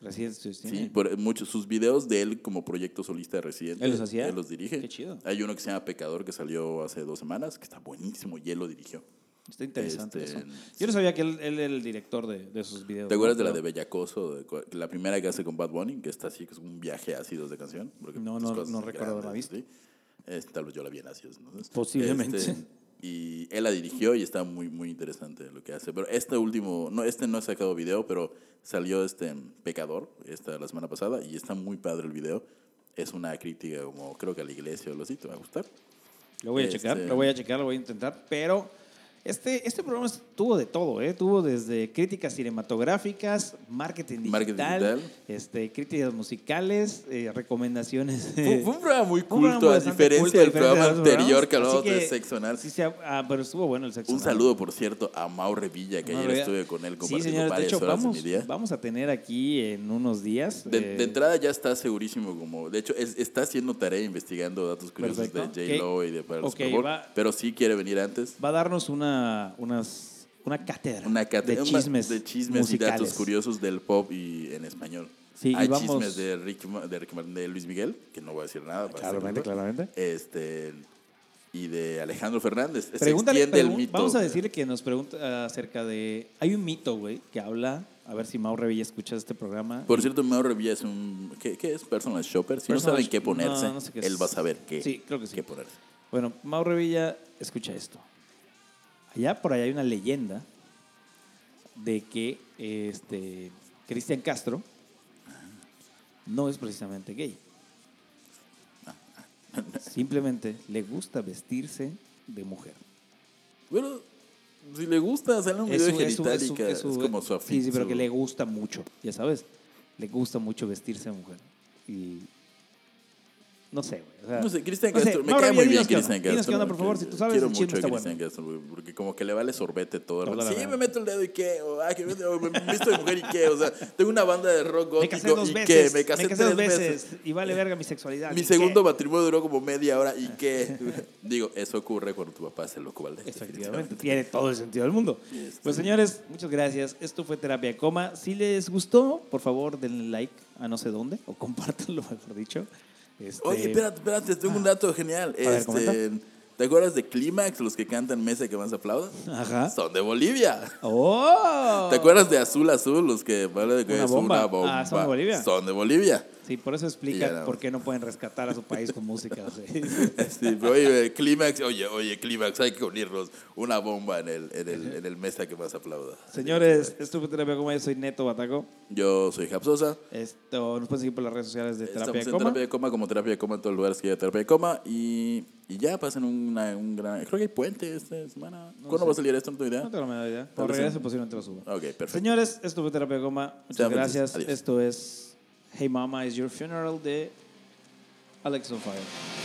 B: Residente estoy
A: Sí, pues,
B: diciendo.
A: por- eh, muchos sus videos de él como proyecto solista de Residente.
B: ¿Él los hacía?
A: Él los dirige.
B: Qué chido.
A: Hay uno que se llama Pecador que salió hace dos semanas, que está buenísimo y él lo dirigió.
B: Está interesante
A: Este,
B: eso. Yo no sabía que él, él era el director de, de esos videos.
A: ¿Te acuerdas de la
B: Pero-
A: de Bellacoso? de cu- la primera que hace con Bad Bunny, que está así, que es un viaje a ácidos de canción. porque
B: No,
A: tus
B: no-
A: cosas
B: no
A: son
B: recuerdo haberla
A: grandes,
B: visto.
A: ¿sí? Este, tal vez yo la vi en ácidos. entonces.
B: Posiblemente.
A: Este, y él la dirigió y está muy, muy interesante lo que hace. Pero este último, no, este no ha sacado video, pero salió este mm, Pecador esta, la semana pasada y está muy padre el video. Es una crítica como creo que a la iglesia o algo así, te va a gustar.
B: Lo voy a
A: Este-
B: checar, lo voy a checar, lo voy a intentar. Pero este, este programa es- tuvo de todo, ¿eh? Tuvo desde críticas cinematográficas, marketing digital,
A: Marketing digital.
B: Este, críticas musicales, eh, recomendaciones. (laughs)
A: Fue, fue un programa muy
B: Fue un programa
A: culto, a
B: bastante
A: diferencia
B: culto, a
A: del
B: diferencia
A: programa
B: de los otros
A: anterior que
B: programas.
A: hablábamos de
B: Así que
A: sexo anal.
B: sí se ha- ah, pero estuvo bueno el sexo
A: Un
B: anal.
A: saludo, por cierto, a Mau Revilla, que
B: Mauro
A: ayer
B: Villa.
A: estuve con él
B: Sí,
A: compartiendo
B: señores, de
A: varias
B: hecho,
A: horas de
B: vamos,
A: mi día.
B: vamos a tener aquí en unos días.
A: De, de
B: eh,
A: entrada ya está segurísimo como... De hecho, es- está haciendo tarea investigando datos curiosos
B: Perfecto.
A: de J-Lo y de para el
B: Ok,
A: Super Bowl,
B: va-
A: pero sí quiere venir antes.
B: Va a darnos una, unas, una cátedra.
A: Una cátedra
B: de chismes.
A: de chismes y datos
B: musicales.
A: curiosos del pop y en español.
B: Sí, y
A: Hay
B: vamos-
A: chismes de, Ricky Ma- de, Ricky Martin, de Luis Miguel, que no voy a decir nada. para este
B: Claramente,
A: grupo.
B: claramente.
A: Este, y de Alejandro Fernández.
B: Pregúntale,
A: Se extiende el
B: pregun-
A: mito.
B: Vamos a decirle que nos pregunta acerca de. Hay un mito, güey, que habla. A ver si Mau Revilla escucha este programa.
A: Por cierto, Mauro Revilla es un... ¿Qué, qué es? Personal shopper. Si
B: Personal
A: no saben qué
B: shop- no,
A: ponerse,
B: no sé qué es.
A: él va a saber qué,
B: Sí, creo que sí.
A: qué ponerse.
B: Bueno, Mau Revilla, escucha esto. Allá por allá hay una leyenda de que este Cristian Castro no es precisamente gay.
A: Ah,
B: Simplemente le gusta vestirse de mujer.
A: Bueno, si le gusta, sale un
B: Es
A: video de
B: su- es su- es su-
A: genitálica. Es,
B: su-
A: como su afición.
B: Sí, sí, pero que le gusta mucho, ya sabes. Le gusta mucho vestirse de mujer. Y. No sé, güey. o sea,
A: No sé, Cristian
B: no sé,
A: Castro. me
B: Mauro,
A: cae muy bien
B: dinos qué onda,
A: Cristian
B: dinos
A: Castro.
B: qué onda, por favor, si tú sabes,
A: Quiero
B: el chisme
A: mucho
B: está
A: a
B: bueno.
A: Cristian Castro, güey, porque como que le vale sorbete todo. el
B: Toda
A: rato.
B: la
A: sí,
B: gana.
A: me meto el dedo y qué. O, ah, que me, o me visto de mujer y qué. O sea, tengo una banda de rock gótico
B: Me casé dos
A: y
B: veces.
A: qué. Me casé,
B: dos
A: tres veces.
B: veces. Y vale verga mi sexualidad.
A: Mi
B: ¿y qué?
A: segundo matrimonio duró como media hora y qué. (laughs) Digo, eso ocurre cuando tu papá hace loco, ¿vale?
B: Efectivamente, tiene todo el sentido del mundo.
A: Este.
B: Pues señores, muchas gracias. Esto fue Terapia Coma. Si les gustó, por favor, denle like a no sé dónde o compártanlo, (laughs) mejor dicho. Este,
A: Oye, espérate, espérate, tengo un dato genial.
B: ver,
A: Este,
B: comenta.
A: ¿Te acuerdas de Clímax, los que cantan Mesa que más aplaudan?
B: Ajá.
A: Son de Bolivia.
B: ¡Oh!
A: ¿Te acuerdas de Azul Azul, los que vale de que
B: Una
A: es
B: bomba.
A: una bomba?
B: Ah, son de Bolivia.
A: Son de Bolivia.
B: Sí, por eso
A: Y ya
B: explica
A: no.
B: por qué no pueden rescatar a su país con música. o sea.
A: (laughs) Sí, pero Este, oye, eh, Clímax, oye, oye, Clímax, hay que unirnos. Una bomba en el, en el, en el mesa que más aplauda.
B: (laughs) Señores, esto fue Terapia Coma. Yo soy Neto Bataco.
A: Yo soy Japsosa.
B: Esto, nos pueden seguir por las redes sociales de
A: Estamos
B: Terapia
A: en
B: Coma.
A: terapia de coma, como terapia de coma en todos los lugares que hay terapia de coma. Y, y ya pasen una- un gran. Creo que hay puente esta semana. ¿Cuándo
B: sé.
A: va a salir esto? No tengo idea.
B: No tengo la menor idea.
A: Tal
B: Por
A: vez
B: regreso
A: en-
B: posiblemente lo suba.
A: Ok, perfecto.
B: Señores, esto fue Terapia de Goma. Muchas
A: Sean felices.
B: gracias.
A: Adiós.
B: Esto es Hey Mama is Your Funeral de Alex on Fire.